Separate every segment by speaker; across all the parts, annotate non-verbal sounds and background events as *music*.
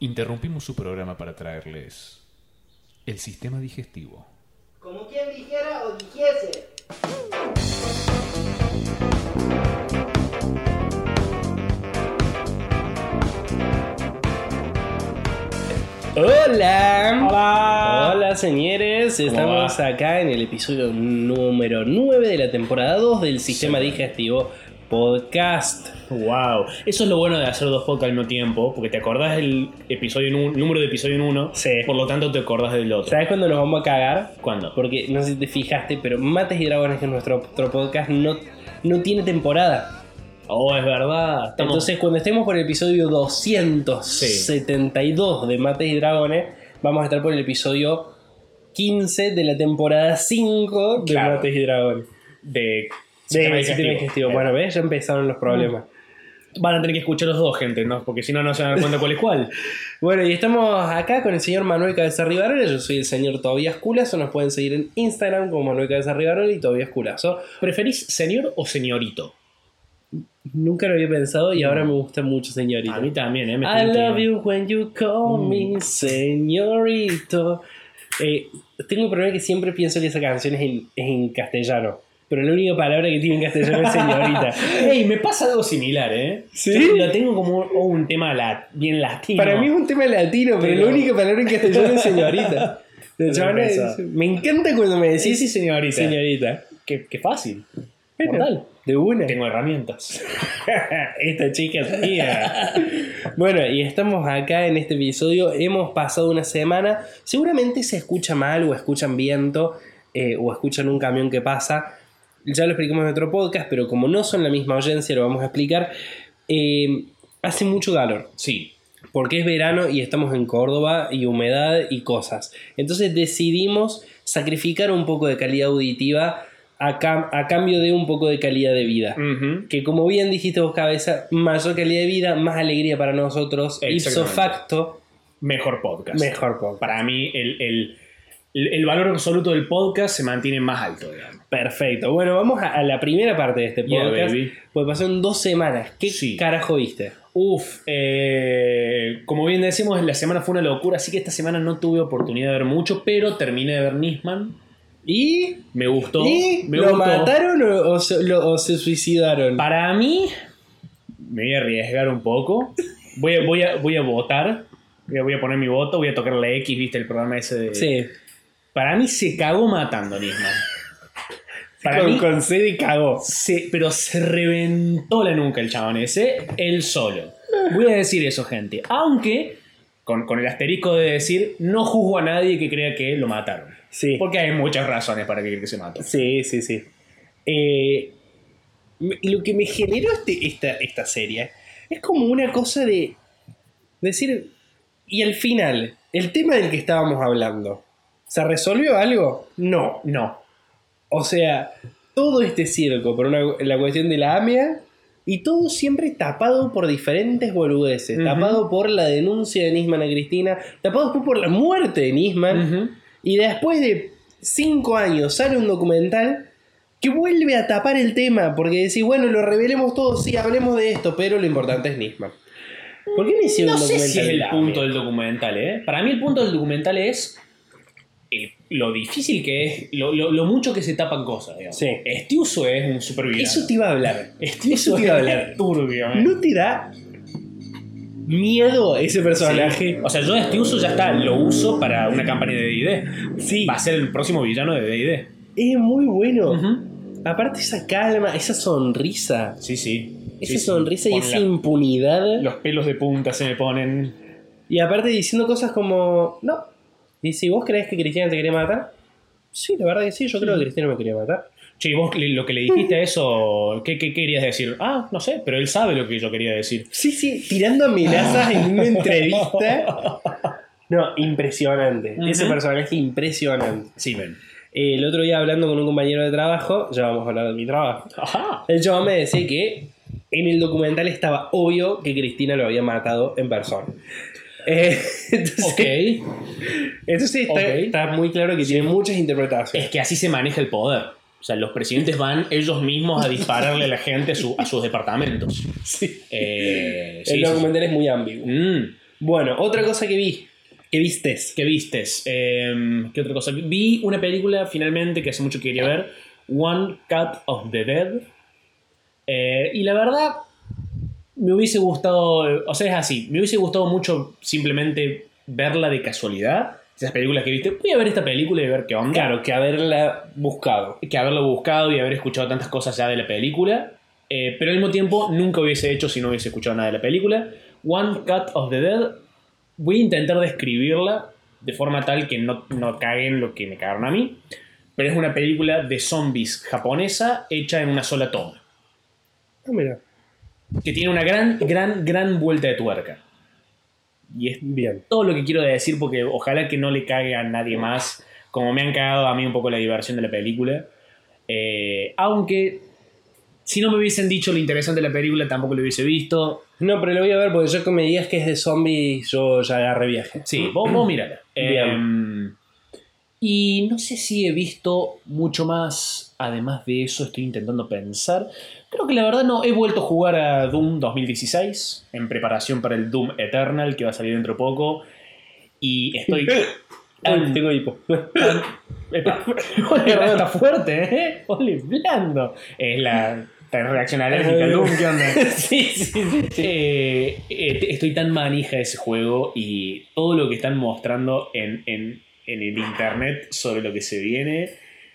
Speaker 1: Interrumpimos su programa para traerles el sistema digestivo.
Speaker 2: Como quien dijera o dijese.
Speaker 3: Hola.
Speaker 2: Hola.
Speaker 3: Hola, señores. Estamos
Speaker 1: va?
Speaker 3: acá en el episodio número 9 de la temporada 2 del Sistema
Speaker 1: Sí.
Speaker 3: Digestivo Podcast.
Speaker 4: Wow, eso es lo bueno de hacer dos podcasts al mismo tiempo, porque te acordás del episodio en un- número de episodio en uno,
Speaker 3: Sí.
Speaker 4: por lo tanto te acordás del otro.
Speaker 3: ¿Sabes cuándo nos vamos a cagar?
Speaker 4: ¿Cuándo?
Speaker 3: Porque no sé si te fijaste, pero Mates y Dragones, que es nuestro otro podcast, no, no tiene temporada.
Speaker 4: Oh, es verdad. Estamos-
Speaker 3: Entonces, cuando estemos por el episodio 272 de Mates y Dragones, vamos a estar por el episodio 15 de la temporada 5 de
Speaker 4: Claro.
Speaker 3: Mates y Dragones.
Speaker 4: de
Speaker 3: Sí,
Speaker 4: sistema
Speaker 3: sí, tiene digestivo.
Speaker 4: Eh,
Speaker 3: Bueno, ¿ves? Ya empezaron los problemas.
Speaker 4: Van a tener que escuchar los dos, gente, ¿no? Porque si no, no se van a dar cuenta cuál es cuál.
Speaker 3: Bueno, y estamos acá con el señor Manuel Cabeza Rivarola. Yo soy el señor Tobías Culazo. Nos pueden seguir en Instagram como Manuel Cabeza Rivarola y Tobías Culazo.
Speaker 4: ¿Preferís señor o señorito?
Speaker 3: Nunca lo había pensado y ahora me gusta mucho, señorito.
Speaker 4: Mm. A mí también, ¿eh? Me Mm.
Speaker 3: I
Speaker 4: estoy
Speaker 3: love
Speaker 4: inclinando.
Speaker 3: you when you call me, señorito. Eh, tengo un problema que siempre pienso que esa canción es en, es en castellano. Pero la única palabra que tiene en castellano es señorita.
Speaker 4: *laughs* Ey, me pasa algo similar, ¿eh?
Speaker 3: ¿Sí?
Speaker 4: Yo Lo tengo como un, o un tema la- bien latino.
Speaker 3: Para mí es un tema latino, pero
Speaker 4: Pero-
Speaker 3: la única palabra en castellano es
Speaker 4: *laughs*
Speaker 3: señorita. Los chabones-
Speaker 4: pensaba.
Speaker 3: me encanta cuando me
Speaker 4: Sí,
Speaker 3: decís
Speaker 4: sí, señorita.
Speaker 3: señorita.
Speaker 4: Qué, qué fácil.
Speaker 3: Bueno,
Speaker 4: Mortal.
Speaker 3: de una. *laughs*
Speaker 4: Tengo herramientas.
Speaker 3: Esta chica es mía. bueno, y estamos acá en este episodio. Hemos pasado una semana. Seguramente se escucha mal o escuchan viento eh, o escuchan un camión que pasa. Ya lo explicamos en otro podcast, pero como no son la misma audiencia, lo vamos a explicar. Eh, hace mucho calor.
Speaker 4: Sí.
Speaker 3: porque es verano y estamos en Córdoba y humedad y cosas. Entonces decidimos sacrificar un poco de calidad auditiva a, cam- a cambio de un poco de calidad de vida.
Speaker 4: Ujú.
Speaker 3: Que como bien dijiste vos, cabeza, mayor calidad de vida, más alegría para nosotros, ipso
Speaker 4: Exactamente.
Speaker 3: facto,
Speaker 4: Mejor podcast.
Speaker 3: mejor podcast.
Speaker 4: Para mí, el, el- el- el valor absoluto del podcast se mantiene más alto, digamos.
Speaker 3: Perfecto. Bueno, vamos a, a la primera parte de este
Speaker 4: Yeah,
Speaker 3: podcast.
Speaker 4: baby.
Speaker 3: pues pasaron dos semanas. ¿Qué
Speaker 4: Sí.
Speaker 3: carajo viste?
Speaker 4: Uf, eh, como bien decimos, la semana fue una locura, así que esta semana no tuve oportunidad de ver mucho, pero terminé de ver Nisman.
Speaker 3: ¿Y?
Speaker 4: Me gustó.
Speaker 3: ¿Y?
Speaker 4: me
Speaker 3: ¿Lo
Speaker 4: gustó.
Speaker 3: mataron o, o se, lo- o se suicidaron?
Speaker 4: Para mí, me voy a arriesgar un poco. Voy a, voy a, voy a votar. Voy a, voy a poner mi voto, voy a tocar la X, viste el programa ese de.
Speaker 3: sí.
Speaker 4: Para mí se cagó matando Nisman. Para
Speaker 3: con,
Speaker 4: mí,
Speaker 3: con sed y cagó.
Speaker 4: Se- pero se reventó la nuca el chabón ese, él solo. Voy a decir eso, gente. Aunque, con, con el asterisco de decir, no juzgo a nadie que crea que lo mataron.
Speaker 3: Sí.
Speaker 4: Porque hay muchas razones para creer que se mató.
Speaker 3: Sí, sí, sí. Eh, me- lo que me generó este- esta, esta serie es como una cosa de decir, y al final, el tema del que estábamos hablando, ¿se resolvió algo? No.
Speaker 4: No.
Speaker 3: O sea, todo este circo por una- la cuestión de la AMIA y todo siempre tapado por diferentes boludeces,
Speaker 4: Ujú.
Speaker 3: tapado por la denuncia de Nisman a Cristina, tapado después por la muerte de Nisman.
Speaker 4: Ujú.
Speaker 3: Y después de cinco años sale un documental que vuelve a tapar el tema, porque decís, bueno, lo revelemos todo, sí, hablemos de esto, pero lo importante es Nisman. ¿Por qué no hicieron
Speaker 4: No
Speaker 3: un
Speaker 4: sé
Speaker 3: documental?
Speaker 4: si es el
Speaker 3: de
Speaker 4: punto
Speaker 3: Lamia?
Speaker 4: del documental, ¿eh? Para mí el punto del documental es eh, lo difícil que es, lo, lo- lo mucho que se tapan cosas, digamos.
Speaker 3: Sí.
Speaker 4: Estiuso es un supervillano.
Speaker 3: Eso te iba a hablar.
Speaker 4: Estiuso
Speaker 3: eso te iba a
Speaker 4: es
Speaker 3: hablar.
Speaker 4: turbio, ¿eh?
Speaker 3: ¿No te da miedo ese personaje?
Speaker 4: O sea, yo este uso ya está, lo uso para una campaña de DD.
Speaker 3: Sí,
Speaker 4: Va a ser el próximo villano de DD.
Speaker 3: es muy bueno.
Speaker 4: Ujú.
Speaker 3: Aparte esa calma, esa sonrisa,
Speaker 4: Sí, sí.
Speaker 3: esa
Speaker 4: Sí, sí.
Speaker 3: sonrisa y
Speaker 4: Con
Speaker 3: esa
Speaker 4: la-
Speaker 3: impunidad.
Speaker 4: Los pelos de punta se me ponen.
Speaker 3: Y aparte diciendo cosas como, no. Dice, ¿vos crees que Cristina te quería matar? Sí, la verdad que sí, yo creo que Cristina me quería matar.
Speaker 4: Che, vos le- lo que le dijiste a eso, ¿qué, qué querías decir? Ah, no sé, pero él sabe lo que yo quería decir.
Speaker 3: Sí, sí, tirando amenazas en
Speaker 4: *laughs*
Speaker 3: una entrevista. No, impresionante.
Speaker 4: Ujú.
Speaker 3: Ese personaje impresionante.
Speaker 4: Sí, ven.
Speaker 3: Eh, el otro día hablando con un compañero de trabajo, ya vamos a hablar de mi trabajo.
Speaker 4: Ajá.
Speaker 3: El chabón me decía que en el documental estaba obvio que Cristina lo había matado en persona. *laughs* Eh, entonces,
Speaker 4: Ok.
Speaker 3: entonces está,
Speaker 4: Ok.
Speaker 3: está muy claro que tiene muchas interpretaciones.
Speaker 4: Es que así se maneja el poder. O sea, los presidentes van ellos mismos a dispararle a la gente a, su- a sus departamentos.
Speaker 3: Sí.
Speaker 4: Eh, sí,
Speaker 3: el
Speaker 4: sí, sí.
Speaker 3: documental es muy ambiguo.
Speaker 4: Mm.
Speaker 3: Bueno, otra cosa que vi, que vistes.
Speaker 4: ¿Qué vistes? Em, ¿Qué otra cosa? Vi una película finalmente que hace mucho que quería ver, One Cut of the Dead. Eh, y la verdad, me hubiese gustado, o sea, es así, me hubiese gustado mucho simplemente verla de casualidad. Esas películas que viste, voy a ver esta película y ver qué onda.
Speaker 3: Claro, que haberla buscado.
Speaker 4: que haberlo buscado y haber escuchado tantas cosas ya de la película, eh, pero al mismo tiempo nunca hubiese hecho si no hubiese escuchado nada de la película. One Cut of the Dead, voy a intentar describirla de forma tal que no, no caguen lo que me cagaron a mí, pero es una película de zombies japonesa hecha en una sola toma,
Speaker 3: Ah, mira.
Speaker 4: que tiene una gran, gran, gran vuelta de tuerca. Y es
Speaker 3: Bien.
Speaker 4: todo lo que quiero decir porque ojalá que no le cague a nadie más, como me han cagado a mí un poco la diversión de la película. Eh, aunque si no me hubiesen dicho lo interesante de la película, tampoco lo hubiese visto.
Speaker 3: No, pero lo voy a ver porque yo que me digas que es de zombies, yo ya agarré viaje.
Speaker 4: Sí, vos, vos mírala.
Speaker 3: Bien.
Speaker 4: Eh, y no sé si he visto mucho más, además de eso estoy intentando pensar. Creo que la verdad no, he vuelto a jugar a Doom 2016 en preparación para el Doom Eternal que va a salir dentro poco. Y estoy...
Speaker 3: Uy, Ah, tengo hipo. *laughs*
Speaker 4: Epa. Ole, Rod, está fuerte, ¿eh? Ole, blando. Es la, la reacción alérgica al Doom, ¿qué onda?
Speaker 3: sí, sí, sí.
Speaker 4: Eh, eh, estoy tan manija de ese juego y todo lo que están mostrando en, en- en el internet sobre lo que se viene.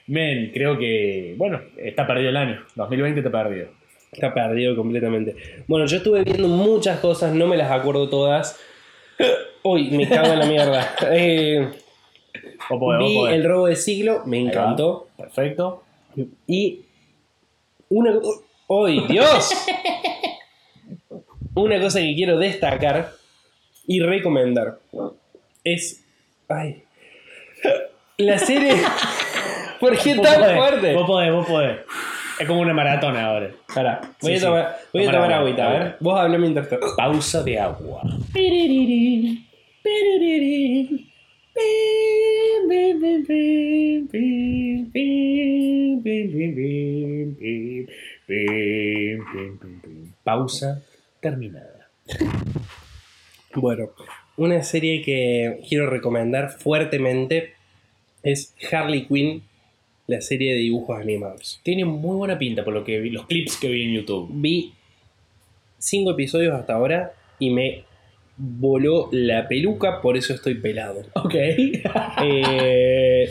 Speaker 4: Men, creo que, bueno, está perdido el año. 2020 está perdido.
Speaker 3: Está perdido completamente. Bueno, yo estuve viendo muchas cosas, no me las acuerdo todas. Uy, me cago en la
Speaker 4: *laughs*
Speaker 3: mierda. Eh,
Speaker 4: O podés, vos
Speaker 3: vi
Speaker 4: podés.
Speaker 3: El robo del siglo, me
Speaker 4: Ahí va.
Speaker 3: encantó.
Speaker 4: Perfecto.
Speaker 3: Y una co- ¡Uy, Dios! una cosa que quiero destacar y recomendar es. Ay. La *laughs* serie. ¿Por qué
Speaker 4: Vos
Speaker 3: tan
Speaker 4: podés,
Speaker 3: fuerte?
Speaker 4: Vos podés, vos podés. Es como una maratón ahora.
Speaker 3: Pará, voy
Speaker 4: Sí,
Speaker 3: a tomar,
Speaker 4: sí.
Speaker 3: voy a
Speaker 4: Tomar
Speaker 3: tomar
Speaker 4: agua,
Speaker 3: agüita, a ver.
Speaker 4: agüita.
Speaker 3: Vos hablame mientras tanto.
Speaker 4: Pausa de agua. Pausa terminada.
Speaker 3: Bueno, una serie que quiero recomendar fuertemente es Harley Quinn, la serie de dibujos animados.
Speaker 4: Tiene muy buena pinta por lo que vi, los clips que vi en YouTube.
Speaker 3: Vi cinco episodios hasta ahora y me voló la peluca, por eso estoy pelado.
Speaker 4: Ok.
Speaker 3: *laughs* Eh,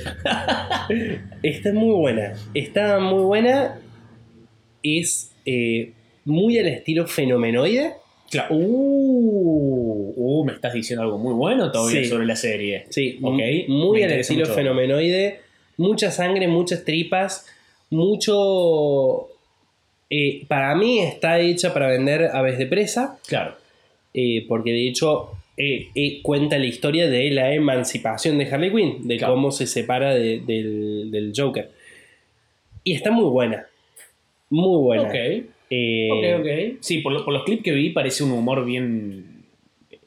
Speaker 3: está muy buena. Está muy buena. Es eh, muy al estilo fenomenoide.
Speaker 4: Claro. Uh, uh, me estás diciendo algo muy bueno todavía
Speaker 3: Sí.
Speaker 4: sobre la serie.
Speaker 3: Sí,
Speaker 4: Ok,
Speaker 3: m-
Speaker 4: me
Speaker 3: muy al
Speaker 4: interesa
Speaker 3: estilo
Speaker 4: mucho.
Speaker 3: fenomenoide. Mucha sangre, muchas tripas, mucho... eh, para mí está hecha para vender aves de presa,
Speaker 4: Claro.
Speaker 3: eh, porque de hecho eh, eh, cuenta la historia de la emancipación de Harley Quinn, de
Speaker 4: Claro.
Speaker 3: cómo se separa de- del, del Joker. Y está muy buena. Muy buena.
Speaker 4: Ok.
Speaker 3: Eh,
Speaker 4: Ok, ok. Sí, por, lo- por los clips que vi parece un humor bien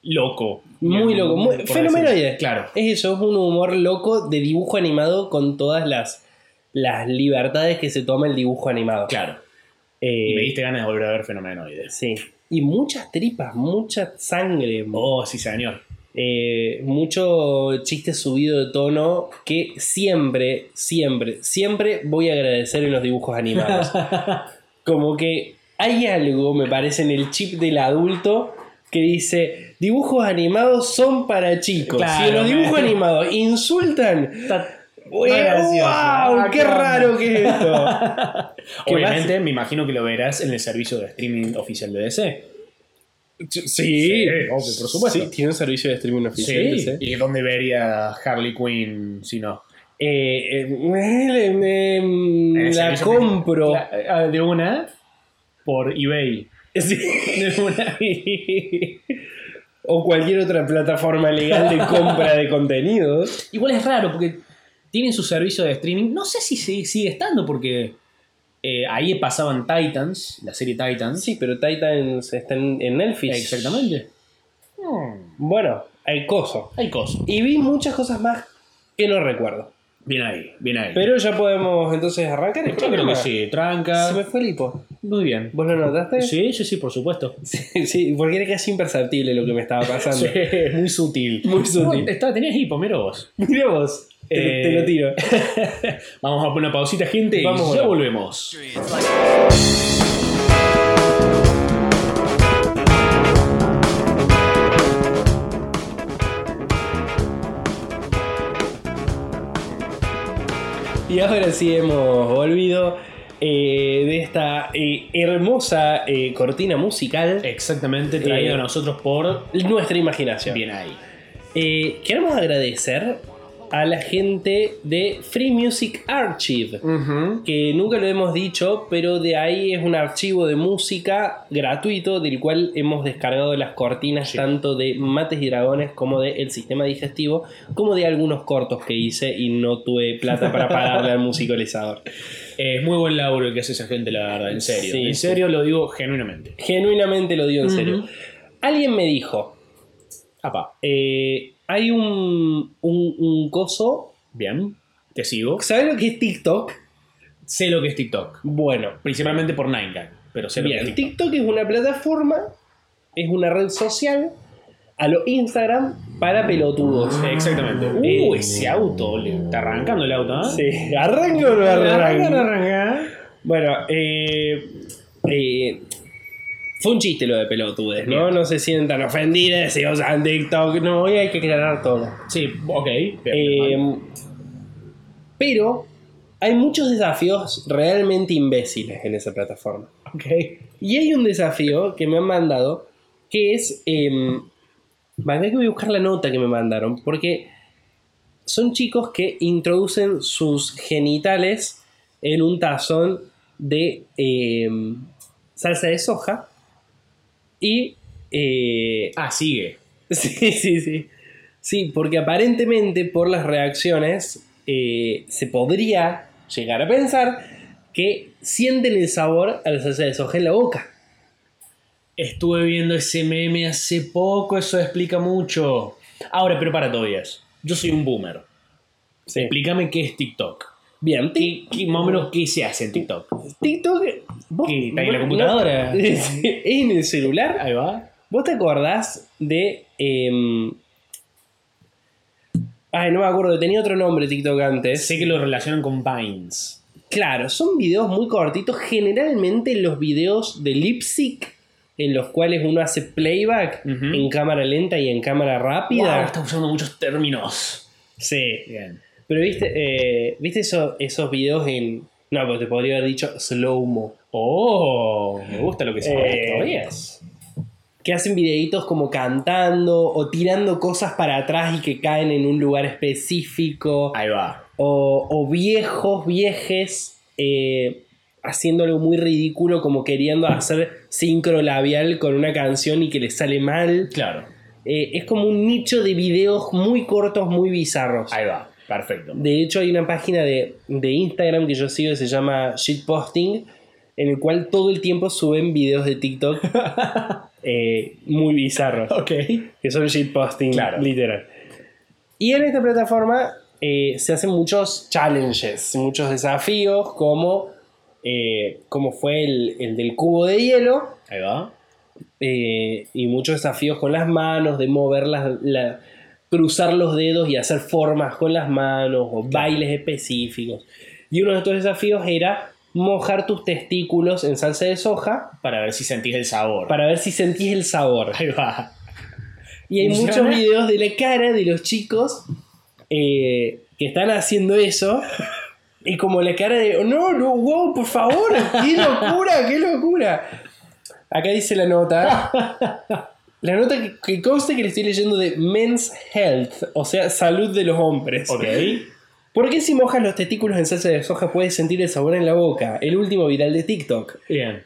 Speaker 4: loco.
Speaker 3: Muy
Speaker 4: Bien,
Speaker 3: loco,
Speaker 4: por
Speaker 3: muy
Speaker 4: decirlo.
Speaker 3: fenomenoide.
Speaker 4: Claro.
Speaker 3: Es eso, es un humor loco de dibujo animado con todas las, las libertades que se toma el dibujo animado.
Speaker 4: Claro.
Speaker 3: Eh,
Speaker 4: Y me diste ganas de volver a ver fenomenoides.
Speaker 3: Sí. Y muchas tripas, mucha sangre,
Speaker 4: Oh, sí, señor.
Speaker 3: eh, mucho chiste subido de tono que siempre, siempre, siempre voy a agradecer en los dibujos
Speaker 4: *laughs*
Speaker 3: animados. Como que hay algo, me parece, en el chip del adulto que dice, dibujos animados son para chicos. si en
Speaker 4: Claro,
Speaker 3: los dibujos
Speaker 4: man.
Speaker 3: animados insultan...
Speaker 4: muy
Speaker 3: eh,
Speaker 4: gracioso. Ah,
Speaker 3: ¡Wow! ¡Qué
Speaker 4: qué onda.
Speaker 3: raro que
Speaker 4: *laughs*
Speaker 3: es esto! ¿Qué
Speaker 4: Obviamente, me imagino que lo verás en el servicio de streaming oficial de DC.
Speaker 3: Sí,
Speaker 4: obvio, por supuesto.
Speaker 3: Sí, tiene un servicio de streaming oficial. ese.
Speaker 4: ¿Y dónde vería Harley Quinn si no?
Speaker 3: Eh, eh, eh, eh,
Speaker 4: En el
Speaker 3: la
Speaker 4: servicio
Speaker 3: compro.
Speaker 4: La- ah, de una por eBay.
Speaker 3: *laughs* Sí.
Speaker 4: De una.
Speaker 3: o cualquier otra plataforma legal de compra de contenidos.
Speaker 4: Igual es raro porque tienen su servicio de streaming. No sé si sigue, sigue estando porque eh, ahí pasaban Titans, la serie Titans.
Speaker 3: Sí, pero Titans está en, en Netflix.
Speaker 4: exactamente.
Speaker 3: Bueno, hay cosas.
Speaker 4: Hay cosas.
Speaker 3: Y vi muchas cosas más que no recuerdo.
Speaker 4: Bien ahí, bien ahí.
Speaker 3: Pero ya podemos entonces arrancar. el
Speaker 4: Yo creo
Speaker 3: programa.
Speaker 4: que sí,
Speaker 3: Se
Speaker 4: tranca.
Speaker 3: me fue el hipo.
Speaker 4: Muy bien.
Speaker 3: ¿Vos lo notaste?
Speaker 4: Sí, sí, sí, por supuesto.
Speaker 3: Sí, *laughs* sí, porque era casi imperceptible lo que me estaba pasando.
Speaker 4: *laughs* muy sutil.
Speaker 3: Muy sutil.
Speaker 4: No, está- tenías hipo, mira vos.
Speaker 3: Mirá vos. Te,
Speaker 4: Eh,
Speaker 3: te lo tiro.
Speaker 4: Vamos a poner una pausita, gente,
Speaker 3: Vamos
Speaker 4: y ya
Speaker 3: ahora.
Speaker 4: volvemos.
Speaker 3: Y ahora sí hemos volvido eh, de esta eh, hermosa eh, cortina musical.
Speaker 4: Exactamente,
Speaker 3: Eh,
Speaker 4: traído a nosotros por.
Speaker 3: Nuestra imaginación.
Speaker 4: Bien ahí.
Speaker 3: Eh, queremos agradecer a la gente de Free Music Archive. que nunca lo hemos dicho, pero de ahí es un archivo de música gratuito del cual hemos descargado las cortinas
Speaker 4: Sí.
Speaker 3: tanto de Mates y Dragones como de El Sistema Digestivo, como de algunos cortos que hice y no tuve plata para pagarle
Speaker 4: *laughs*
Speaker 3: al musicalizador.
Speaker 4: eh, Es muy buen laburo el que hace esa gente, la verdad, en serio.
Speaker 3: Sí,
Speaker 4: en
Speaker 3: sí.
Speaker 4: serio lo digo genuinamente.
Speaker 3: Genuinamente lo digo en serio.
Speaker 4: Ujú.
Speaker 3: Alguien me dijo,
Speaker 4: Apa,
Speaker 3: eh, hay un, un, un coso,
Speaker 4: bien, te sigo.
Speaker 3: ¿sabes lo que es TikTok?
Speaker 4: Sé lo que es TikTok,
Speaker 3: Bueno,
Speaker 4: principalmente por 9gag, pero sé lo que
Speaker 3: Bien,
Speaker 4: es TikTok.
Speaker 3: TikTok es una plataforma, es una red social a lo Instagram para pelotudos.
Speaker 4: Ah, Exactamente. Uh,
Speaker 3: Eh,
Speaker 4: ese auto, le está arrancando el auto, ¿ah?
Speaker 3: Sí, arranca o no
Speaker 4: Arranca, no
Speaker 3: arranca.
Speaker 4: arranca.
Speaker 3: Bueno, eh, eh, fue un chiste lo de pelotudes, ¿no?
Speaker 4: Bien.
Speaker 3: No se sientan ofendidas si usan TikTok, no, hoy hay que aclarar todo.
Speaker 4: Sí, ok. bien,
Speaker 3: Eh,
Speaker 4: normal.
Speaker 3: pero hay muchos desafíos realmente imbéciles en esa plataforma.
Speaker 4: ok.
Speaker 3: Y hay un desafío que me han mandado que es. Eh, que voy a buscar la nota que me mandaron porque son chicos que introducen sus genitales en un tazón de eh, salsa de soja y. eh,
Speaker 4: Ah, sigue.
Speaker 3: *laughs* sí, sí, sí. Sí, porque aparentemente por las reacciones eh, se podría llegar a pensar que sienten el sabor a la salsa de soja en la boca.
Speaker 4: Estuve viendo ese meme hace poco, eso explica mucho. Ahora, pero para Tobias, yo soy un boomer.
Speaker 3: Sí.
Speaker 4: Explícame qué es TikTok.
Speaker 3: Bien,
Speaker 4: ¿Qué,
Speaker 3: Tik-
Speaker 4: qué- más o menos qué se hace en TikTok?
Speaker 3: TikTok. vos-
Speaker 4: ¿Qué? ¿Está ahí en la
Speaker 3: no- *laughs*
Speaker 4: computadora?
Speaker 3: no- es en el celular.
Speaker 4: Ahí va.
Speaker 3: ¿Vos te acordás de. em, Ay, no me acuerdo, tenía otro nombre TikTok antes.
Speaker 4: Sé que lo relacionan con Vines.
Speaker 3: Claro, son videos muy cortitos. Generalmente los videos de Lipsic, en los cuales uno hace playback
Speaker 4: Ujú.
Speaker 3: en cámara lenta y en cámara rápida.
Speaker 4: Wow, está usando muchos términos.
Speaker 3: Sí.
Speaker 4: Bien.
Speaker 3: Pero viste, eh, ¿viste eso- esos videos en. No, pero te podría haber dicho slow-mo.
Speaker 4: Oh, me gusta lo que se llama
Speaker 3: Eh,
Speaker 4: Tobias.
Speaker 3: que hacen videitos como cantando o tirando cosas para atrás y que caen en un lugar específico.
Speaker 4: Ahí va.
Speaker 3: O, o viejos, viejes, eh, haciendo algo muy ridículo como queriendo hacer sincro labial con una canción y que les sale mal.
Speaker 4: Claro.
Speaker 3: Eh, es como un nicho de videos muy cortos, muy bizarros.
Speaker 4: Ahí va. Perfecto.
Speaker 3: De hecho, hay una página de, de Instagram que yo sigo que se llama Shitposting, en el cual todo el tiempo suben videos de
Speaker 4: *laughs*
Speaker 3: TikTok eh, muy bizarros,
Speaker 4: Ok.
Speaker 3: que son shitposting,
Speaker 4: Claro.
Speaker 3: literal. Y en esta plataforma eh, se hacen muchos challenges, muchos desafíos, como, eh, como fue el, el del cubo de hielo,
Speaker 4: Ahí va.
Speaker 3: eh, y muchos desafíos con las manos, de mover las, la- cruzar los dedos y hacer formas con las manos o bailes específicos. Y uno de estos desafíos era mojar tus testículos en salsa de soja
Speaker 4: Para ver si sentís el sabor.
Speaker 3: para ver si sentís el sabor.
Speaker 4: Ahí va.
Speaker 3: Y hay
Speaker 4: ¿Funciona?
Speaker 3: muchos videos de la cara de los chicos eh, que están haciendo eso. Y como la cara de, no, no, wow, por favor, qué locura,
Speaker 4: *laughs*
Speaker 3: qué locura. Acá dice la nota. La nota que, que conste que le estoy leyendo de Men's Health, o sea, salud de los hombres.
Speaker 4: Ok.
Speaker 3: ¿Por qué si mojas los testículos en salsa de soja puedes sentir el sabor en la boca? El último viral de TikTok.
Speaker 4: Bien.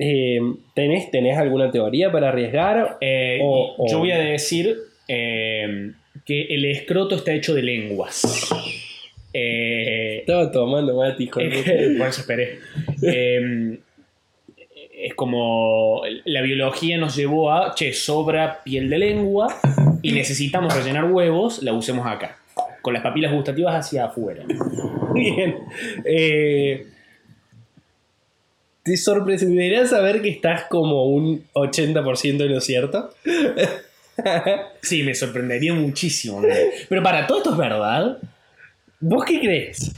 Speaker 3: Eh, ¿tenés, ¿Tenés alguna teoría para arriesgar?
Speaker 4: Eh,
Speaker 3: O-
Speaker 4: y Yo
Speaker 3: o-
Speaker 4: voy a decir eh, que el escroto está hecho de lenguas. Eh,
Speaker 3: Estaba tomando mate,
Speaker 4: *laughs*
Speaker 3: hijo de
Speaker 4: es
Speaker 3: puta.
Speaker 4: que- por eso esperé. Eh, es como la biología nos llevó a, che, sobra piel de lengua y necesitamos rellenar huevos, la usemos acá. con las papilas gustativas hacia afuera.
Speaker 3: Bien. Eh, te sorprenderá saber que estás como un 80% en lo cierto.
Speaker 4: Sí, me sorprendería muchísimo. ¿no? Pero para, todo esto es verdad.
Speaker 3: ¿Vos qué crees?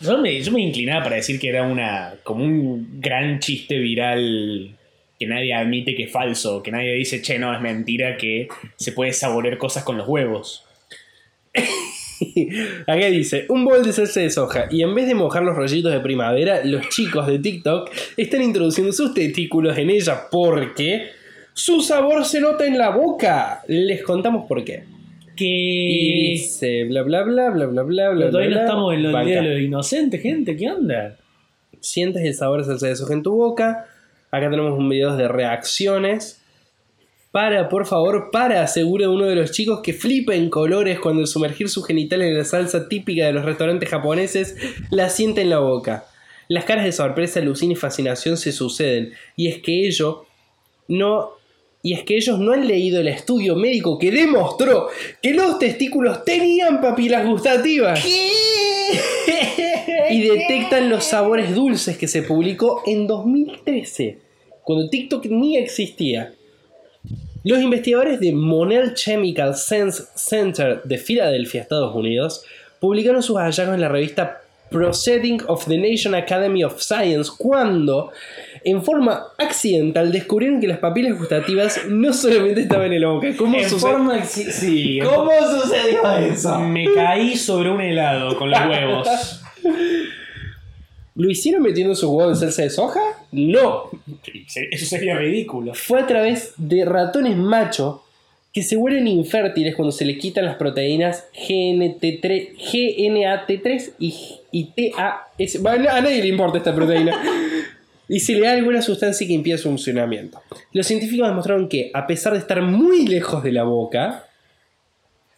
Speaker 4: Yo me, yo me inclinaba para decir que era una como un gran chiste viral que nadie admite que es falso, que nadie dice, che, no, es mentira, que se puede saborear cosas con los huevos.
Speaker 3: Acá dice, un bol de salsa de soja y en vez de mojar los rollitos de primavera, los chicos de TikTok están introduciendo sus testículos en ella porque su sabor se nota en la boca. Les contamos por qué.
Speaker 4: Que...
Speaker 3: Y dice, bla bla bla bla bla bla bla.
Speaker 4: Pero todavía
Speaker 3: bla,
Speaker 4: no
Speaker 3: bla.
Speaker 4: estamos en lo del
Speaker 3: Banca.
Speaker 4: día de los inocentes, gente, ¿qué onda?
Speaker 3: sientes el sabor de salsa de soja en tu boca. Acá tenemos un video de reacciones. Para, por favor, para, asegura uno de los chicos que flipa en colores cuando al sumergir sus genitales en la salsa típica de los restaurantes japoneses la siente en la boca. Las caras de sorpresa, alucina y fascinación se suceden. Y es que ello no. Y es que ellos no han leído el estudio médico que demostró que los testículos tenían papilas gustativas y detectan los sabores dulces que se publicó en 2013, cuando TikTok ni existía. Los investigadores de Monell Chemical Sense Center de Filadelfia, Estados Unidos, publicaron sus hallazgos en la revista Proceeding of the Nation Academy of Science cuando, en forma accidental, descubrieron que las papilas gustativas no solamente estaban en la boca. ¿Cómo
Speaker 4: En
Speaker 3: sucede?
Speaker 4: forma que sí- sí, en
Speaker 2: ¿Cómo sucedió
Speaker 3: Ah,
Speaker 4: forma-
Speaker 2: eso?
Speaker 4: Me caí sobre un helado con los huevos.
Speaker 3: ¿Lo hicieron metiendo su huevo en salsa de soja? *laughs* No,
Speaker 4: Eso sería ridículo.
Speaker 3: fue a través de ratones macho que se vuelven infértiles cuando se le quitan las proteínas GNT3, GNAT3 y, y TAS. Bueno, a nadie le importa esta proteína. Y se le da alguna sustancia que impide su funcionamiento. Los científicos demostraron que, a pesar de estar muy lejos de la boca,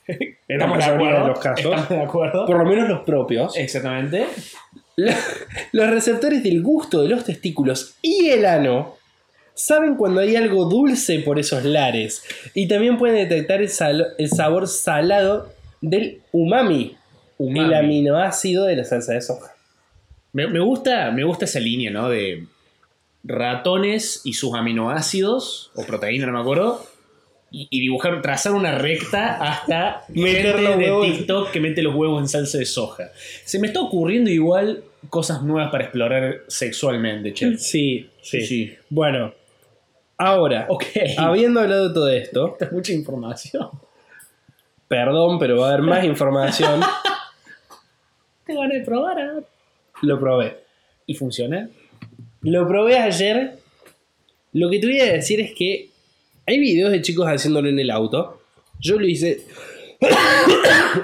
Speaker 3: en la
Speaker 4: Estamos de
Speaker 3: mayoría
Speaker 4: acuerdo.
Speaker 3: de los casos,
Speaker 4: Estamos de acuerdo.
Speaker 3: por lo menos los propios,
Speaker 4: Exactamente.
Speaker 3: la- Los receptores del gusto de los testículos y el ano saben cuando hay algo dulce por esos lares y también pueden detectar el, sal- el sabor salado del umami,
Speaker 4: Umami.
Speaker 3: el aminoácido de la salsa de soja.
Speaker 4: Me, me gusta, me gusta esa línea, ¿no? De ratones y sus aminoácidos, o proteínas, no me acuerdo. Y, y dibujar, trazar una recta hasta
Speaker 3: *laughs* Meter
Speaker 4: gente
Speaker 3: los
Speaker 4: de
Speaker 3: huevos.
Speaker 4: TikTok que mete los huevos en salsa de soja. Se me está ocurriendo igual cosas nuevas para explorar sexualmente,
Speaker 3: *laughs*
Speaker 4: che.
Speaker 3: Sí, sí.
Speaker 4: sí.
Speaker 3: Bueno, Ah. ahora,
Speaker 4: Ok.
Speaker 3: habiendo hablado de todo esto,
Speaker 4: Esta es mucha información.
Speaker 3: perdón, pero va a haber más
Speaker 4: *laughs*
Speaker 3: información,
Speaker 4: Te van a probar, ¿ah?
Speaker 3: lo probé.
Speaker 4: ¿Y funciona?
Speaker 3: Lo probé ayer. Lo que te voy a decir es que hay videos de chicos haciéndolo en el auto. Yo lo hice *coughs*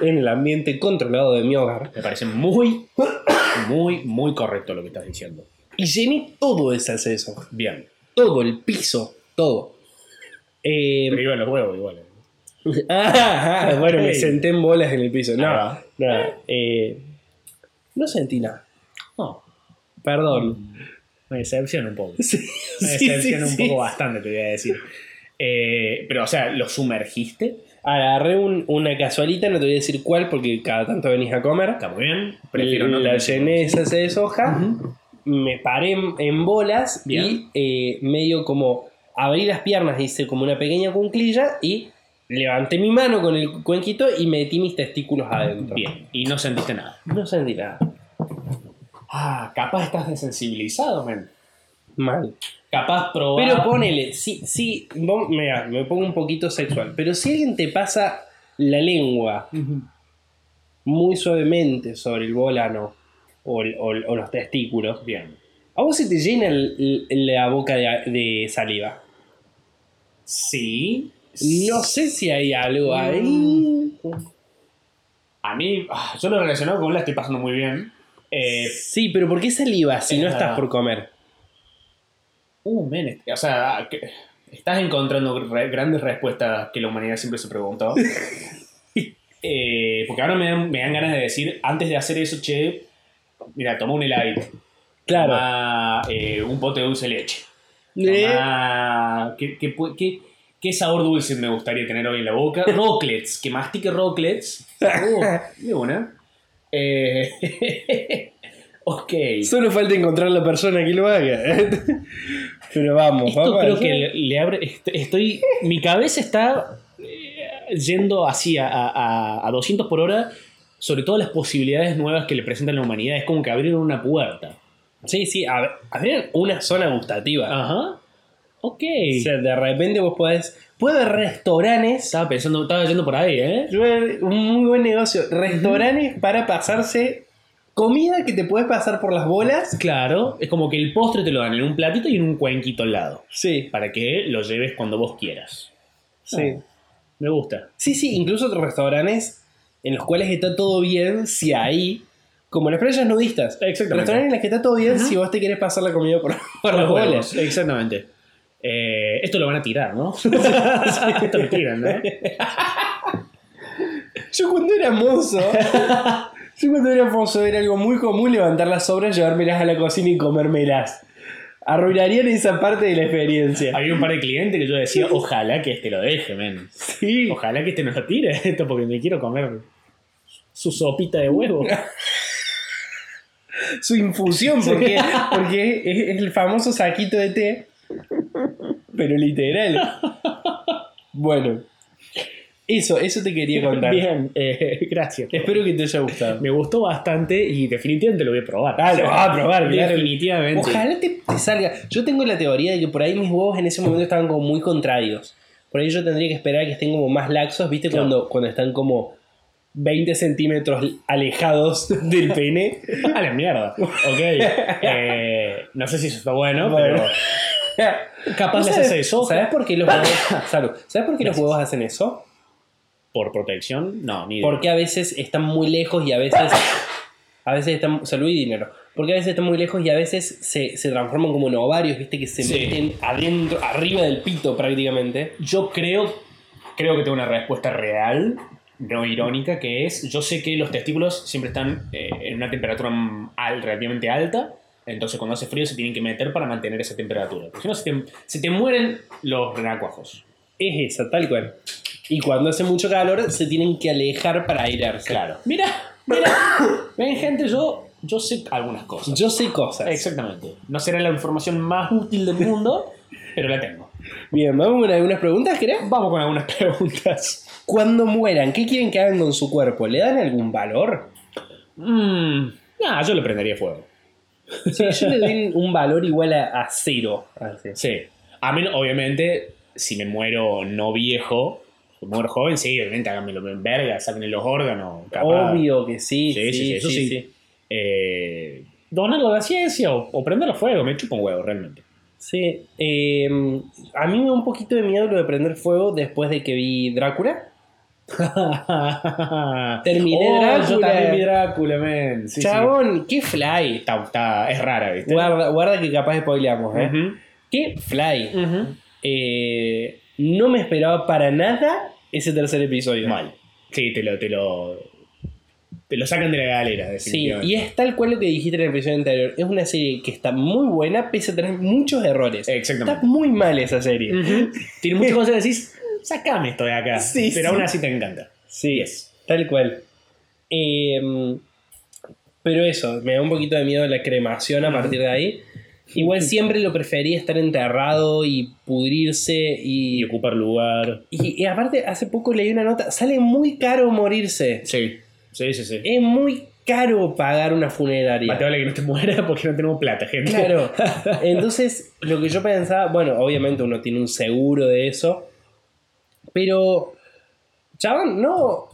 Speaker 3: en el ambiente controlado de mi hogar.
Speaker 4: Me parece muy, muy, muy correcto lo que estás diciendo.
Speaker 3: Y llené todo de salsa de soja.
Speaker 4: Bien.
Speaker 3: Todo, el piso, todo. Eh,
Speaker 4: Pero iban los huevos igual. ¿eh?
Speaker 3: *laughs* ah, ah, bueno, me senté en bolas en el piso. No,
Speaker 4: Ah.
Speaker 3: no, eh, no sentí nada.
Speaker 4: No.
Speaker 3: *laughs* Perdón.
Speaker 4: Me decepciona
Speaker 3: *laughs*
Speaker 4: un poco.
Speaker 3: Sí,
Speaker 4: Me
Speaker 3: sí,
Speaker 4: decepciona
Speaker 3: sí,
Speaker 4: Mm. un poco
Speaker 3: sí.
Speaker 4: bastante, te voy a decir. Eh, pero, o sea, ¿lo sumergiste?
Speaker 3: Agarré un- una casualita, no te voy a decir cuál porque cada tanto venís a comer.
Speaker 4: Está muy bien. Prefiero no
Speaker 3: la
Speaker 4: tener-
Speaker 3: llené de salsa de soja, me paré en, en bolas
Speaker 4: Bien.
Speaker 3: y eh, medio como abrí las piernas, hice como una pequeña cunclilla y levanté mi mano con el cuenquito y metí mis testículos adentro.
Speaker 4: Bien. Y no sentiste nada.
Speaker 3: No sentí nada.
Speaker 4: Ah, capaz estás desensibilizado, men.
Speaker 3: Mal.
Speaker 4: Capaz probar.
Speaker 3: Pero ponele, si, si, vos- mirá, me pongo un poquito sexual, pero si alguien te pasa la lengua muy suavemente sobre el volano o, el- o el- o los testículos,
Speaker 4: Bien.
Speaker 3: ¿A vos se te llena el- el- la boca de, de saliva?
Speaker 4: Sí.
Speaker 3: No sé si hay algo ahí.
Speaker 4: Mm. A mí, ah, yo lo relacionado con la estoy pasando muy bien. Eh,
Speaker 3: Sí, pero ¿por qué saliva si
Speaker 4: Es
Speaker 3: no estás
Speaker 4: verdad.
Speaker 3: por comer?
Speaker 4: Uh, men, est- o sea, ah, que- estás encontrando re- grandes respuestas que la humanidad siempre
Speaker 3: *laughs*
Speaker 4: se preguntó. Eh, porque ahora me dan, me dan ganas de decir, antes de hacer eso, che, mira, toma un helado,
Speaker 3: Claro.
Speaker 4: toma eh, un bote de dulce de leche,
Speaker 3: Eh,
Speaker 4: toma- ¿qué, qué pu- qué- ¿Qué sabor dulce me gustaría tener hoy en la boca? Rocklets, que mastique rocklets. Uh, de una. Eh, *laughs* ok.
Speaker 3: Solo falta encontrar la persona que lo haga. *laughs* Pero vamos,
Speaker 4: Esto
Speaker 3: vamos.
Speaker 4: creo que le, le abre. est- Estoy. Mi cabeza está eh, yendo así a, a- a 200 por hora, sobre todo las posibilidades nuevas que le presentan la humanidad. Es como que abrieron una puerta.
Speaker 3: Sí, sí, a ver, abrir una zona gustativa.
Speaker 4: Ajá. Ok.
Speaker 3: O sea, de repente vos podés. Puede haber restaurantes.
Speaker 4: Estaba pensando, estaba yendo por ahí, ¿eh?
Speaker 3: Un muy buen negocio. Restaurantes para pasarse comida que te puedes pasar por las bolas.
Speaker 4: Claro, es como que el postre te lo dan en un platito y en un cuenquito al lado.
Speaker 3: Sí,
Speaker 4: Para que lo lleves cuando vos quieras.
Speaker 3: sí.
Speaker 4: Me gusta.
Speaker 3: Ah. Sí, sí, incluso otros restaurantes en los cuales está todo bien si ahí. Como las playas nudistas.
Speaker 4: Exactamente.
Speaker 3: Restaurantes en las que está todo bien si vos te quieres pasar la comida por, por las bolas.
Speaker 4: *laughs* Exactamente. Eh, esto lo van a tirar,
Speaker 3: *laughs*
Speaker 4: ¿no? *laughs* esto lo tiran, ¿no?
Speaker 3: Yo cuando era
Speaker 4: *laughs*
Speaker 3: mozo, yo cuando era mozo era algo muy común levantar las sobras, llevármelas a la cocina y comérmelas. Arruinarían esa parte de la experiencia.
Speaker 4: Había un par de clientes que yo decía, ojalá que este lo deje, men.
Speaker 3: Sí.
Speaker 4: Ojalá que este no lo tire *laughs* esto porque me quiero comer su sopita de huevo.
Speaker 3: Su infusión, porque, porque es, es el famoso saquito de té, pero literal. Bueno, eso, eso te quería contar.
Speaker 4: Bien, eh, *laughs* gracias.
Speaker 3: Espero que te haya gustado.
Speaker 4: Me gustó bastante y definitivamente lo voy a probar.
Speaker 3: Ah, lo vas a probar, claro.
Speaker 4: Definitivamente.
Speaker 3: Ojalá te, te salga. Yo tengo la teoría de que por ahí mis huevos en ese momento estaban como muy contrarios. Por ahí yo tendría que esperar a que estén como más laxos, ¿viste?
Speaker 4: Claro.
Speaker 3: Cuando, cuando están como 20 centímetros alejados *laughs* del
Speaker 4: *laughs*
Speaker 3: pene.
Speaker 4: A la mierda. Ok. Eh, no sé si eso está bueno,
Speaker 3: Bueno.
Speaker 4: pero capaz
Speaker 3: ¿No
Speaker 4: les
Speaker 3: sabes-
Speaker 4: hace eso.
Speaker 3: ¿Sabes por qué los huevos, Salud. ¿Sabes por qué los huevos hacen eso?
Speaker 4: ¿Por protección? No, ni idea.
Speaker 3: Porque a veces están muy lejos y a veces. A veces están. Salud y dinero. Porque a veces están muy lejos y a veces se, se transforman como en ovarios, ¿viste? Que se
Speaker 4: Sí.
Speaker 3: meten adentro, arriba del pito prácticamente.
Speaker 4: Yo creo, creo que tengo una respuesta real, no irónica, que es, yo sé que los testículos siempre están eh, en una temperatura mm, al- relativamente alta, entonces cuando hace frío se tienen que meter para mantener esa temperatura. Porque si no, se te, se te mueren los renacuajos.
Speaker 3: Es esa, tal cual. Y cuando hace mucho calor, se tienen que alejar para airarse.
Speaker 4: Claro. Mira, mira. Ven, gente, yo, yo sé algunas cosas.
Speaker 3: Yo sé cosas.
Speaker 4: Exactamente. No será la información más útil del
Speaker 3: *laughs*
Speaker 4: mundo, pero la tengo.
Speaker 3: Bien, vamos con algunas preguntas, ¿querés?
Speaker 4: Vamos con algunas preguntas.
Speaker 3: Cuando mueran, ¿qué quieren que hagan con su cuerpo? ¿Le dan algún valor?
Speaker 4: Mmm. Nah, yo le prendería fuego.
Speaker 3: Sí, yo le doy un valor igual a, a cero.
Speaker 4: Ah, Sí. A menos, obviamente, si me muero no viejo, si me muero joven, sí, obviamente háganmelo en verga, sáquenle los órganos. capaz.
Speaker 3: Obvio que sí.
Speaker 4: Sí, sí, sí, eso sí. Eh, donarlo a la ciencia o, o prenderlo fuego, me chupa un huevo, realmente.
Speaker 3: Sí, eh, a mí me da un poquito de miedo lo de prender fuego después de que vi Drácula. *laughs* Terminé Drácula.
Speaker 4: Oh, Yo también vi Drácula, men. Sí, sí.
Speaker 3: Chabón, qué fly.
Speaker 4: Está- está- es rara, ¿viste?
Speaker 3: Guarda, guarda que capaz spoileamos, ¿eh?
Speaker 4: Ujú,
Speaker 3: Qué fly.
Speaker 4: ujú.
Speaker 3: Eh, no me esperaba para nada ese tercer episodio.
Speaker 4: Mal. Sí, te lo, te lo. Te lo sacan de la galera,
Speaker 3: Sí,
Speaker 4: definitivamente.
Speaker 3: y es tal cual lo que dijiste en el episodio anterior. Es una serie que está muy buena, pese a tener muchos errores.
Speaker 4: Exactamente. Mm.
Speaker 3: Está muy mal esa serie.
Speaker 4: Ujú. Tiene muchas cosas que decís, sacame esto de *laughs* acá.
Speaker 3: Sí,
Speaker 4: pero
Speaker 3: sí.
Speaker 4: aún así te encanta.
Speaker 3: Sí,
Speaker 4: Yes.
Speaker 3: tal cual. Eh, pero eso, me da un poquito de miedo la cremación a partir de ahí.
Speaker 4: *laughs*
Speaker 3: Igual siempre lo prefería estar enterrado y pudrirse
Speaker 4: Y
Speaker 3: y,
Speaker 4: ocupar lugar.
Speaker 3: y, y aparte hace poco leí una nota, sale muy caro morirse.
Speaker 4: Sí. Sí, sí, sí.
Speaker 3: Es muy caro pagar una
Speaker 4: Más te
Speaker 3: funeraria.
Speaker 4: vale que no te muera *laughs* porque no tenemos plata, gente. *laughs*
Speaker 3: Claro. Entonces, lo que yo pensaba, bueno, obviamente uno tiene un seguro de eso, pero, chabón, no,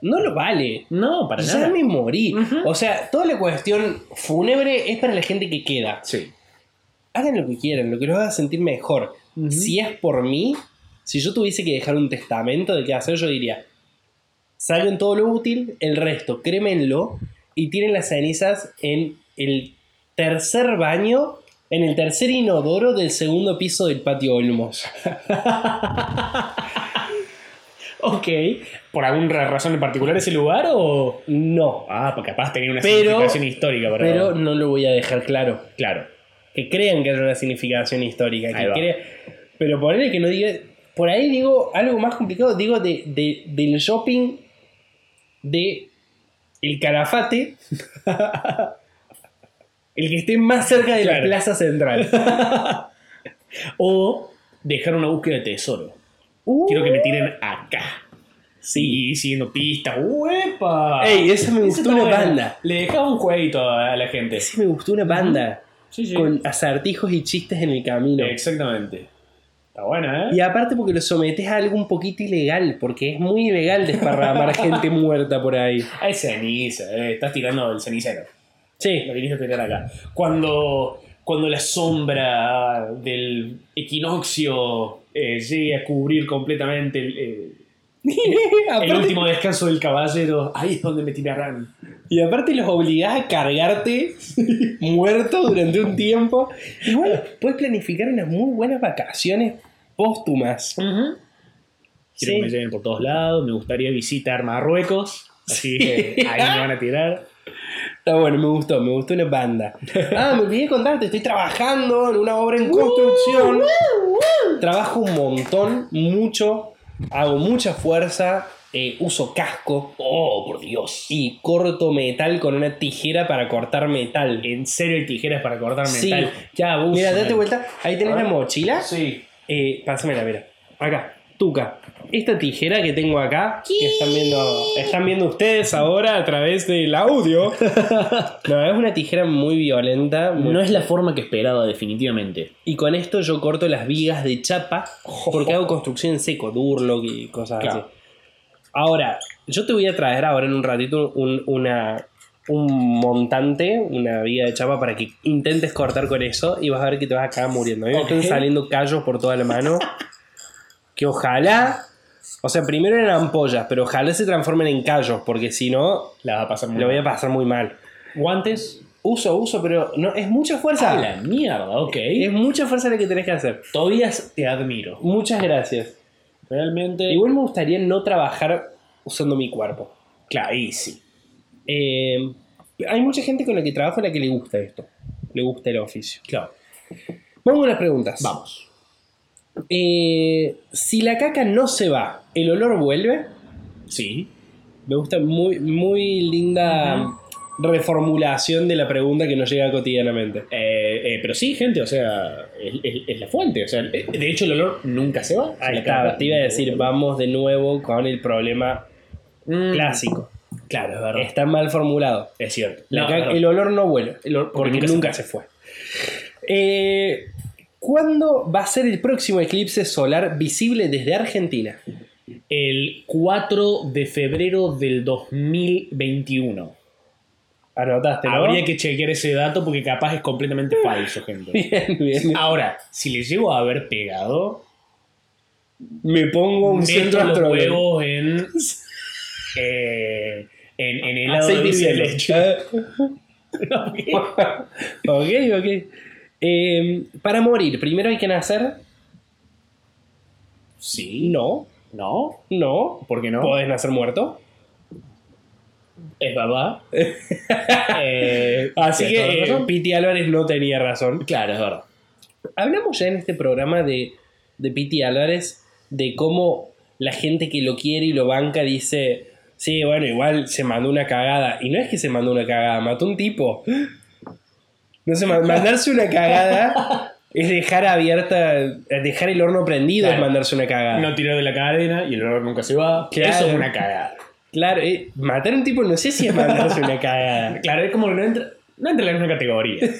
Speaker 3: no lo vale.
Speaker 4: No, para
Speaker 3: Ya
Speaker 4: nada.
Speaker 3: me morí.
Speaker 4: Ujú.
Speaker 3: O sea, toda la cuestión fúnebre es para la gente que queda.
Speaker 4: Sí.
Speaker 3: Hagan lo que quieran, lo que los haga sentir mejor.
Speaker 4: Ujú.
Speaker 3: Si es por mí, si yo tuviese que dejar un testamento de qué hacer, yo diría: saquen todo lo útil, el resto, crémenlo y tiren las cenizas en el tercer baño, en el tercer inodoro del segundo piso del patio Olmos.
Speaker 4: Ok. ¿Por alguna razón en particular ese lugar o.?
Speaker 3: No,
Speaker 4: Ah, pues capaz tenía una
Speaker 3: Pero-
Speaker 4: significación histórica para.
Speaker 3: pero no lo voy a dejar claro.
Speaker 4: Claro.
Speaker 3: que crean que hay una significación histórica.
Speaker 4: Ahí
Speaker 3: Que
Speaker 4: va.
Speaker 3: crea- Pero ponerle que no diga Por ahí digo algo más complicado, digo de, de- del shopping de el
Speaker 4: *laughs*
Speaker 3: calafate, el que esté más cerca de la
Speaker 4: Claro.
Speaker 3: plaza
Speaker 4: *laughs*
Speaker 3: central.
Speaker 4: O dejar una búsqueda de tesoro.
Speaker 3: Uh,
Speaker 4: Quiero que me tiren acá. Sí, siguiendo pistas. ¡Uepa!
Speaker 3: Ey, esa me
Speaker 4: Eso
Speaker 3: gustó
Speaker 4: está
Speaker 3: una
Speaker 4: bueno.
Speaker 3: banda.
Speaker 4: Le dejaba un jueguito a la gente.
Speaker 3: Ese me gustó una banda.
Speaker 4: Sí, sí.
Speaker 3: Con acertijos y chistes en el camino.
Speaker 4: Exactamente. Está buena, ¿eh?
Speaker 3: Y aparte porque lo sometes a algo un poquito ilegal, porque es muy ilegal
Speaker 4: *laughs*
Speaker 3: desparramar gente muerta por ahí.
Speaker 4: Hay ceniza, eh, estás tirando el cenicero.
Speaker 3: Sí,
Speaker 4: Lo viniste a tirar acá. Cuando, cuando la sombra del equinoccio eh, llegue a cubrir completamente el, eh, *laughs* el
Speaker 3: Aparte-
Speaker 4: último descanso del caballero, ahí es donde me tirarán.
Speaker 3: Y aparte los obligás a cargarte *laughs* muerto durante un tiempo. Igual puedes planificar unas muy buenas vacaciones póstumas.
Speaker 4: Quiero
Speaker 3: Sí.
Speaker 4: que me lleven por todos lados, me gustaría visitar Marruecos. Así que ahí me van a tirar.
Speaker 3: Está bueno, me gustó, me gustó una banda. Ah, me olvidé de contarte, estoy trabajando en una obra en construcción. Trabajo un montón, mucho, hago mucha fuerza, eh, uso casco. Oh, por Dios. Y corto metal con una tijera para cortar metal.
Speaker 4: En serio hay tijeras para cortar
Speaker 3: Sí.
Speaker 4: metal. Ya, abuso.
Speaker 3: Mira, date vuelta, ahí tenés
Speaker 4: A ver.
Speaker 3: la mochila.
Speaker 4: Sí.
Speaker 3: Eh, pásamela, mira. Acá, tuca. Esta tijera que tengo acá, que están viendo, están viendo ustedes ahora a través del
Speaker 4: *laughs*
Speaker 3: audio. No, es una tijera muy violenta. muy-
Speaker 4: No es la forma que esperaba, definitivamente.
Speaker 3: Y con esto yo corto las vigas de chapa,
Speaker 4: *laughs*
Speaker 3: porque hago construcción en seco, durlo y cosas
Speaker 4: Claro.
Speaker 3: así. Ahora, yo te voy a traer ahora en un ratito un, una, un montante, una viga de chapa para que intentes cortar con eso y vas a ver que te vas a acabar muriendo. A mí me
Speaker 4: Ok.
Speaker 3: están saliendo callos por toda la
Speaker 4: *laughs*
Speaker 3: mano. que ojalá. O sea, primero eran ampollas, pero ojalá se transformen en callos, porque si no,
Speaker 4: La va a pasar muy
Speaker 3: lo voy a
Speaker 4: mal.
Speaker 3: pasar muy mal.
Speaker 4: Guantes.
Speaker 3: Uso, uso, pero no, es mucha fuerza.
Speaker 4: A la mierda, ok.
Speaker 3: Es mucha fuerza la que tenés que hacer.
Speaker 4: Tobías, te admiro.
Speaker 3: Muchas gracias.
Speaker 4: Realmente.
Speaker 3: Igual me gustaría no trabajar usando mi cuerpo.
Speaker 4: claro, ahí sí.
Speaker 3: Eh, hay mucha gente con la que trabajo a la que le gusta esto. Le gusta el oficio.
Speaker 4: Claro.
Speaker 3: Vamos a las preguntas.
Speaker 4: Vamos.
Speaker 3: Eh, si la caca no se va, ¿el olor vuelve?
Speaker 4: Sí.
Speaker 3: Me gusta muy, muy linda reformulación de la pregunta que nos llega cotidianamente.
Speaker 4: Eh, eh, pero sí, gente, o sea, es, es- es la fuente. O sea, eh, de hecho, el olor nunca se va.
Speaker 3: Ahí
Speaker 4: La
Speaker 3: está,
Speaker 4: capa-
Speaker 3: te iba a decir, vamos de nuevo con el problema
Speaker 4: Mm,
Speaker 3: clásico.
Speaker 4: Claro, es verdad.
Speaker 3: Está mal formulado.
Speaker 4: Es cierto.
Speaker 3: La
Speaker 4: No,
Speaker 3: caca-
Speaker 4: perdón.
Speaker 3: el olor no vuelve, el olor- porque, nunca, se fue. Eh, ¿Cuándo va a ser el próximo eclipse solar visible desde Argentina?
Speaker 4: El 4 de febrero del 2021.
Speaker 3: Anotaste, ¿no?
Speaker 4: Habría que chequear ese dato porque capaz es completamente falso, *laughs*
Speaker 3: *laughs*
Speaker 4: gente.
Speaker 3: Bien, bien.
Speaker 4: Ahora, si le llego a haber pegado,
Speaker 3: Me pongo un centro
Speaker 4: meto los
Speaker 3: astronómico.
Speaker 4: huevos en, eh, en, en helado de
Speaker 3: Aceite y
Speaker 4: dulce de
Speaker 3: hielo.
Speaker 4: leche.
Speaker 3: *laughs* ok, ok. Eh, para morir, ¿primero hay que nacer?
Speaker 4: Sí.
Speaker 3: No,
Speaker 4: No.
Speaker 3: no.
Speaker 4: ¿Por qué no?
Speaker 3: ¿Podés nacer muerto?
Speaker 4: Es verdad. Eh,
Speaker 3: Así
Speaker 4: tienes toda
Speaker 3: que
Speaker 4: la
Speaker 3: eh,
Speaker 4: razón.
Speaker 3: Piti Álvarez no tenía razón.
Speaker 4: claro, es verdad.
Speaker 3: Hablamos ya en este programa de, de Piti Álvarez de cómo la gente que lo quiere y lo banca dice, sí, bueno, igual se mandó una cagada. Y no es que se mandó una cagada, mató un tipo. No sé, ma- mandarse una cagada es dejar abierta, dejar el horno prendido
Speaker 4: Claro.
Speaker 3: es mandarse una cagada.
Speaker 4: No tiró de la cadena y el olor nunca se va.
Speaker 3: Claro.
Speaker 4: Eso es una cagada.
Speaker 3: Claro, eh, matar a un tipo no sé si es mandarse una cagada.
Speaker 4: Claro, es como que no entra, no entra en la misma categoría.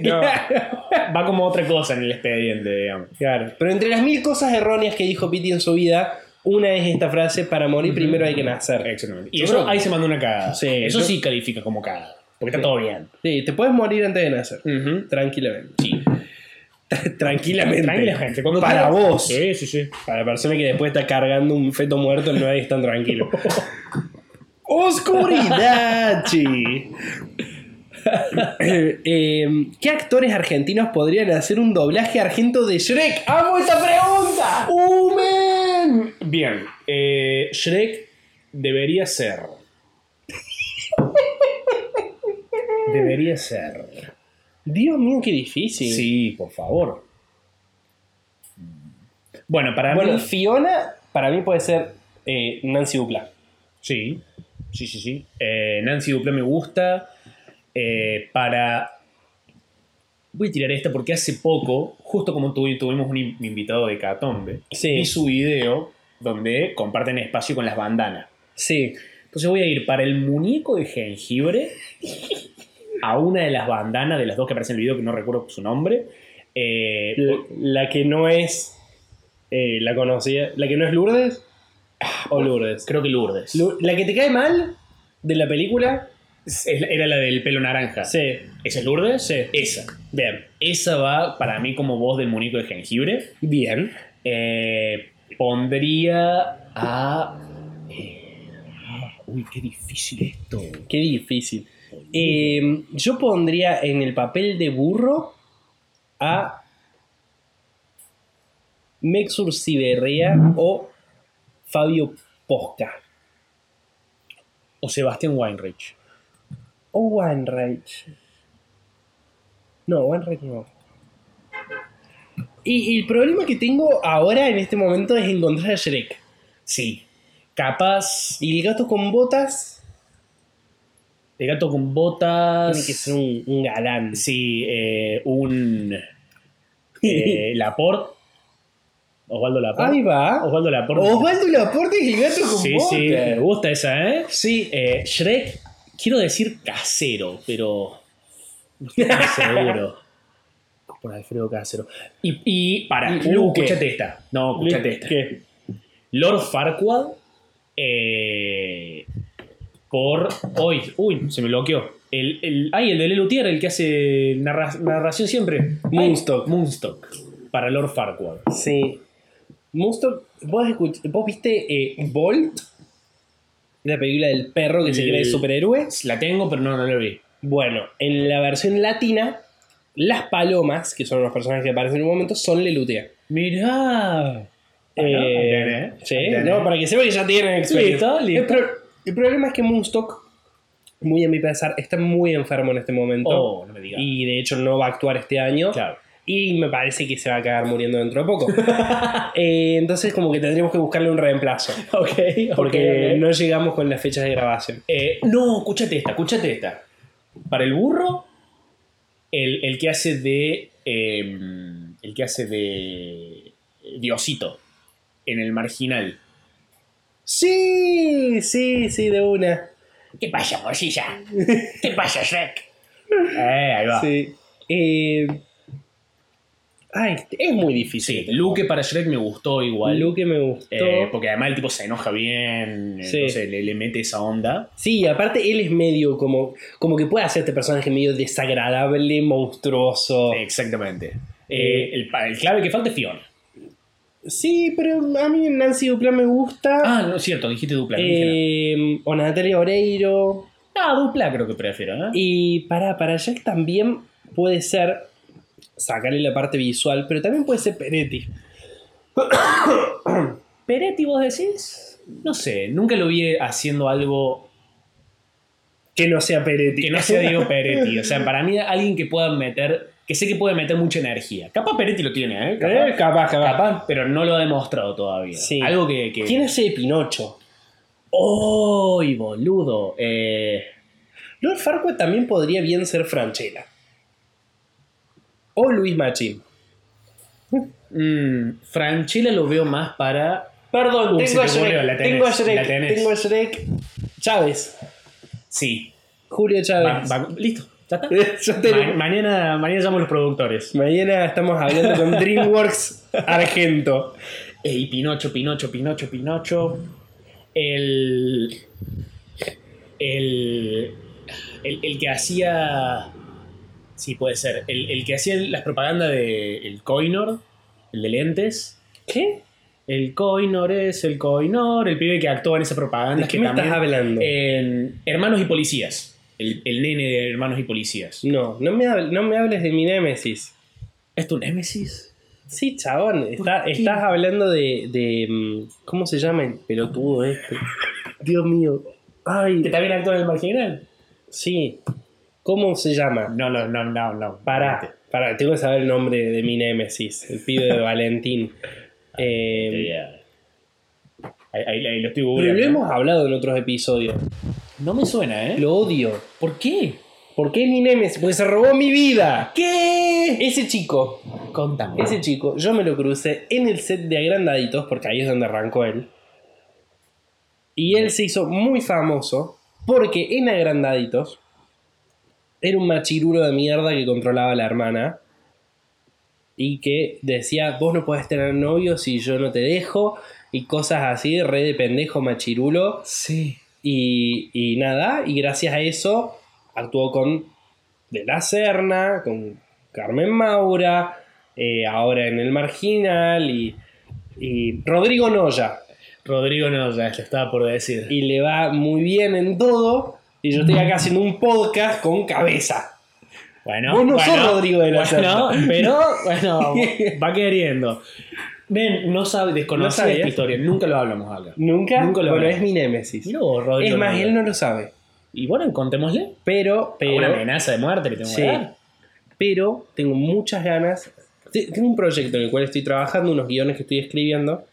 Speaker 4: No.
Speaker 3: *laughs*
Speaker 4: Va como otra cosa en el expediente, digamos.
Speaker 3: Claro. Pero entre las mil cosas erróneas que dijo Piti en su vida, una es esta frase, para morir primero hay que nacer.
Speaker 4: Exactamente. Y
Speaker 3: Yo
Speaker 4: eso
Speaker 3: creo que-
Speaker 4: ahí se mandó una cagada.
Speaker 3: Sí,
Speaker 4: eso
Speaker 3: yo-
Speaker 4: sí califica como cagada. Porque está todo bien.
Speaker 3: Sí, te puedes morir antes de nacer. Tranquilamente.
Speaker 4: Sí.
Speaker 3: *laughs* Tranquilamente.
Speaker 4: Tranquilamente. Cuando
Speaker 3: Para
Speaker 4: quieras.
Speaker 3: vos.
Speaker 4: Sí, sí, sí.
Speaker 3: Para la persona que después está cargando un feto muerto, no es tan tranquilo. *laughs* ¡Oscuridad! chi. *laughs* Eh, ¿Qué actores argentinos podrían hacer un doblaje argento de Shrek? ¡Amo esta pregunta!
Speaker 4: ¡Humen! Bien. eh, Shrek debería ser. debería ser.
Speaker 3: Dios mío, qué difícil.
Speaker 4: Sí, por favor. Bueno, para
Speaker 3: Bueno,
Speaker 4: mí.
Speaker 3: Fiona para mí puede ser eh, Nancy Dupla.
Speaker 4: Sí, sí, sí, sí. Eh, Nancy Duplá me gusta. Eh, para. Voy a tirar esta porque hace poco, justo como tuvi- tuvimos un in- invitado de Catombe,
Speaker 3: Sí.
Speaker 4: vi su video donde comparten espacio con las bandanas.
Speaker 3: Sí.
Speaker 4: Entonces voy a ir para el muñeco de jengibre a una de las bandanas, de las dos que aparecen en el video, que no recuerdo su nombre. Eh,
Speaker 3: La, la que no es eh, la conocida. ¿La que no es Lourdes? Ah, ¿O Lourdes?
Speaker 4: creo que Lourdes.
Speaker 3: Lu- ¿La que te cae mal de la película?
Speaker 4: Es- Era la del pelo naranja.
Speaker 3: Sí.
Speaker 4: ¿Esa es Lourdes? Esa. Bien. Esa va para mí como voz del muñeco de jengibre.
Speaker 3: Bien.
Speaker 4: Eh, pondría a. eh, ah, uy, qué difícil esto.
Speaker 3: Qué difícil. Eh, yo pondría en el papel burro a Mexur Ciberrea o Fabio Posca.
Speaker 4: O Sebastián Weinrich.
Speaker 3: O One Rage. No, One Rage no. Y, y el problema que tengo ahora en este momento es encontrar a Shrek.
Speaker 4: Sí. Capaz.
Speaker 3: Y el gato con botas
Speaker 4: El gato con botas.
Speaker 3: tiene que ser un, un galán.
Speaker 4: Sí, eh, un.
Speaker 3: *laughs*
Speaker 4: eh, Laporte. Osvaldo Laporte.
Speaker 3: Ahí va.
Speaker 4: Osvaldo Laporte.
Speaker 3: Osvaldo Laporte es el gato con
Speaker 4: Sí,
Speaker 3: botas.
Speaker 4: sí, me gusta esa, ¿eh?
Speaker 3: Sí,
Speaker 4: Eh, Shrek, quiero decir casero, *laughs* pero no estoy tan seguro. Por Alfredo Casero. Y, y para,
Speaker 3: Y
Speaker 4: uh,
Speaker 3: Luque.
Speaker 4: escuchate esta. No, escuchate esta.
Speaker 3: ¿Qué?
Speaker 4: Lord Farquaad eh, por hoy. Uy, se me bloqueó. El, el, ay, el de Lelutier, el que hace narra- narración siempre.
Speaker 3: Moonstock.
Speaker 4: Moonstock. Para Lord Farquaad.
Speaker 3: Sí. Musto, ¿vos, escuch- vos viste eh, Bolt? La película del perro que se cree
Speaker 4: El-
Speaker 3: superhéroe.
Speaker 4: La tengo, pero no, no la vi.
Speaker 3: Bueno, en la versión latina, las palomas, que son los personajes que aparecen en un momento, son Lelutia.
Speaker 4: Mirá.
Speaker 3: Eh, sí, no, para que sepa que ya tienen experiencia.
Speaker 4: Listo, listo.
Speaker 3: El, pro- el problema es que Moonstock, muy a mi pensar, está muy enfermo en este momento.
Speaker 4: Oh, no me digas.
Speaker 3: y de hecho no va a actuar este año.
Speaker 4: Claro.
Speaker 3: Y me parece que se va a quedar muriendo dentro de *laughs* poco. Eh, entonces, como que tendríamos que buscarle un reemplazo.
Speaker 4: Ok,
Speaker 3: Porque
Speaker 4: ok.
Speaker 3: no llegamos con las fechas de grabación.
Speaker 4: Eh, no, escúchate esta, escúchate esta. Para el burro, el, el que hace de. eh, el que hace de. eh, Diosito. En el marginal.
Speaker 3: Sí, sí, sí, de una.
Speaker 4: ¿Qué pasa, morcilla? ¿Qué pasa, Shrek? Eh, ahí va. Sí.
Speaker 3: Sí. Eh, ay, es muy difícil.
Speaker 4: Luke para Shrek me gustó igual.
Speaker 3: Luke me gustó.
Speaker 4: Eh, porque además el tipo se enoja bien.
Speaker 3: Sí.
Speaker 4: Entonces le, le mete esa onda.
Speaker 3: Sí, aparte él es medio como, como que puede hacer este personaje medio desagradable, monstruoso.
Speaker 4: Exactamente. Eh, el, pa- el clave que falta es Fiona.
Speaker 3: Sí, pero a mí Nancy Duplan me gusta.
Speaker 4: Ah, no es cierto, dijiste dupla. no dije nada.
Speaker 3: Eh, o Natalia Oreiro.
Speaker 4: No, dupla creo que prefiero, ¿eh?
Speaker 3: Y para, para Jack también puede ser sacarle la parte visual, pero también puede ser
Speaker 4: *coughs*
Speaker 3: Peretti.
Speaker 4: Peretti, vos decís. No sé, nunca lo vi haciendo algo
Speaker 3: Que no sea Peretti.
Speaker 4: que no sea Diego Peretti. O sea, para mí, alguien que pueda meter. Que sé que puede meter mucha energía. Capaz Peretti lo tiene, ¿eh? Capaz,
Speaker 3: Eh, capaz, capaz.
Speaker 4: capaz, pero no lo ha demostrado todavía.
Speaker 3: Sí.
Speaker 4: Algo que. que...
Speaker 3: ¿Quién hace de Pinocho?
Speaker 4: ¡Ay, boludo! Eh,
Speaker 3: Lord Farquaad también podría bien ser Franchella. O Luis Machín.
Speaker 4: mm, Franchella lo veo más para.
Speaker 3: Perdón,
Speaker 4: Uy, se
Speaker 3: tengo, a
Speaker 4: te volvió, la
Speaker 3: Shrek,
Speaker 4: tenés,
Speaker 3: tengo a
Speaker 4: la
Speaker 3: Shrek.
Speaker 4: tenés.
Speaker 3: Tengo a Shrek. Chávez.
Speaker 4: Sí.
Speaker 3: Julio
Speaker 4: Va-
Speaker 3: Chávez.
Speaker 4: va- listo, ya está.
Speaker 3: *laughs* Ya tenemos.
Speaker 4: Ma- mañana, mañana llamo a los productores.
Speaker 3: Mañana estamos hablando
Speaker 4: *laughs*
Speaker 3: con DreamWorks Argento.
Speaker 4: Ey, Pinocho, Pinocho, Pinocho, Pinocho. El. El. El, el que hacía. Sí, puede ser. El, el que hacía las propagandas de el Coinor, el de lentes.
Speaker 3: ¿Qué?
Speaker 4: El Coinor es el Coinor, el pibe que actuó en esa propaganda.
Speaker 3: ¿De qué me estás hablando?
Speaker 4: En Hermanos y Policías. El, el nene de Hermanos y Policías.
Speaker 3: No, no me, hab- no me hables de mi Némesis.
Speaker 4: ¿Es tu Némesis?
Speaker 3: Sí, chabón, está-
Speaker 4: qué?
Speaker 3: estás hablando de, de, mm, ¿Cómo se llama el pelotudo este? Dios mío.
Speaker 4: ¿Que
Speaker 3: Ay,
Speaker 4: también actuó en el marginal?
Speaker 3: sí. ¿Cómo se llama?
Speaker 4: No, no, no, no, no. *laughs* Ah,
Speaker 3: Pará, pará, tengo que saber el nombre de mi Némesis, el pibe de Valentín. Eh,
Speaker 4: Ahí, ahí- ahí lo estoy
Speaker 3: pero
Speaker 4: googleando.
Speaker 3: lo hemos hablado en otros episodios.
Speaker 4: No me suena, ¿eh?
Speaker 3: Lo odio.
Speaker 4: ¿Por qué?
Speaker 3: ¿Por qué ni Nemes? Porque se robó mi vida.
Speaker 4: ¿Qué?
Speaker 3: Ese chico,
Speaker 4: Contame.
Speaker 3: ese chico, yo me lo crucé en el set de Agrandaditos, porque ahí es donde arrancó él. Y él se hizo muy famoso porque en Agrandaditos era un machiruro de mierda que controlaba a la hermana y que decía, vos no podés tener novio si yo no te dejo y cosas así, re de pendejo machirulo.
Speaker 4: Sí.
Speaker 3: Y, y nada, y gracias a eso actuó con De La Serna, con Carmen Maura, eh, ahora en El Marginal y, y Rodrigo Noya.
Speaker 4: Rodrigo no, ya lo estaba por decir.
Speaker 3: Y le va muy bien en todo. Y yo estoy acá haciendo un podcast con cabeza.
Speaker 4: Bueno,
Speaker 3: Vos no
Speaker 4: bueno,
Speaker 3: sos Rodrigo de la
Speaker 4: bueno,
Speaker 3: Serna.
Speaker 4: *laughs* pero
Speaker 3: *laughs*
Speaker 4: bueno, va queriendo. Ven, no sabe, desconoce
Speaker 3: No sabía.
Speaker 4: esta historia, nunca lo hablamos acá.
Speaker 3: Nunca,
Speaker 4: Nunca lo
Speaker 3: bueno,
Speaker 4: hablamos.
Speaker 3: es mi némesis.
Speaker 4: Mirá vos, Rodrigo.
Speaker 3: es más,
Speaker 4: Noya.
Speaker 3: él no lo sabe.
Speaker 4: Y bueno, contémosle.
Speaker 3: Pero, pero.
Speaker 4: Una amenaza de muerte le tengo
Speaker 3: Sí.
Speaker 4: que dar.
Speaker 3: pero tengo muchas ganas. te- Tengo un proyecto en el cual estoy trabajando, unos guiones que estoy escribiendo,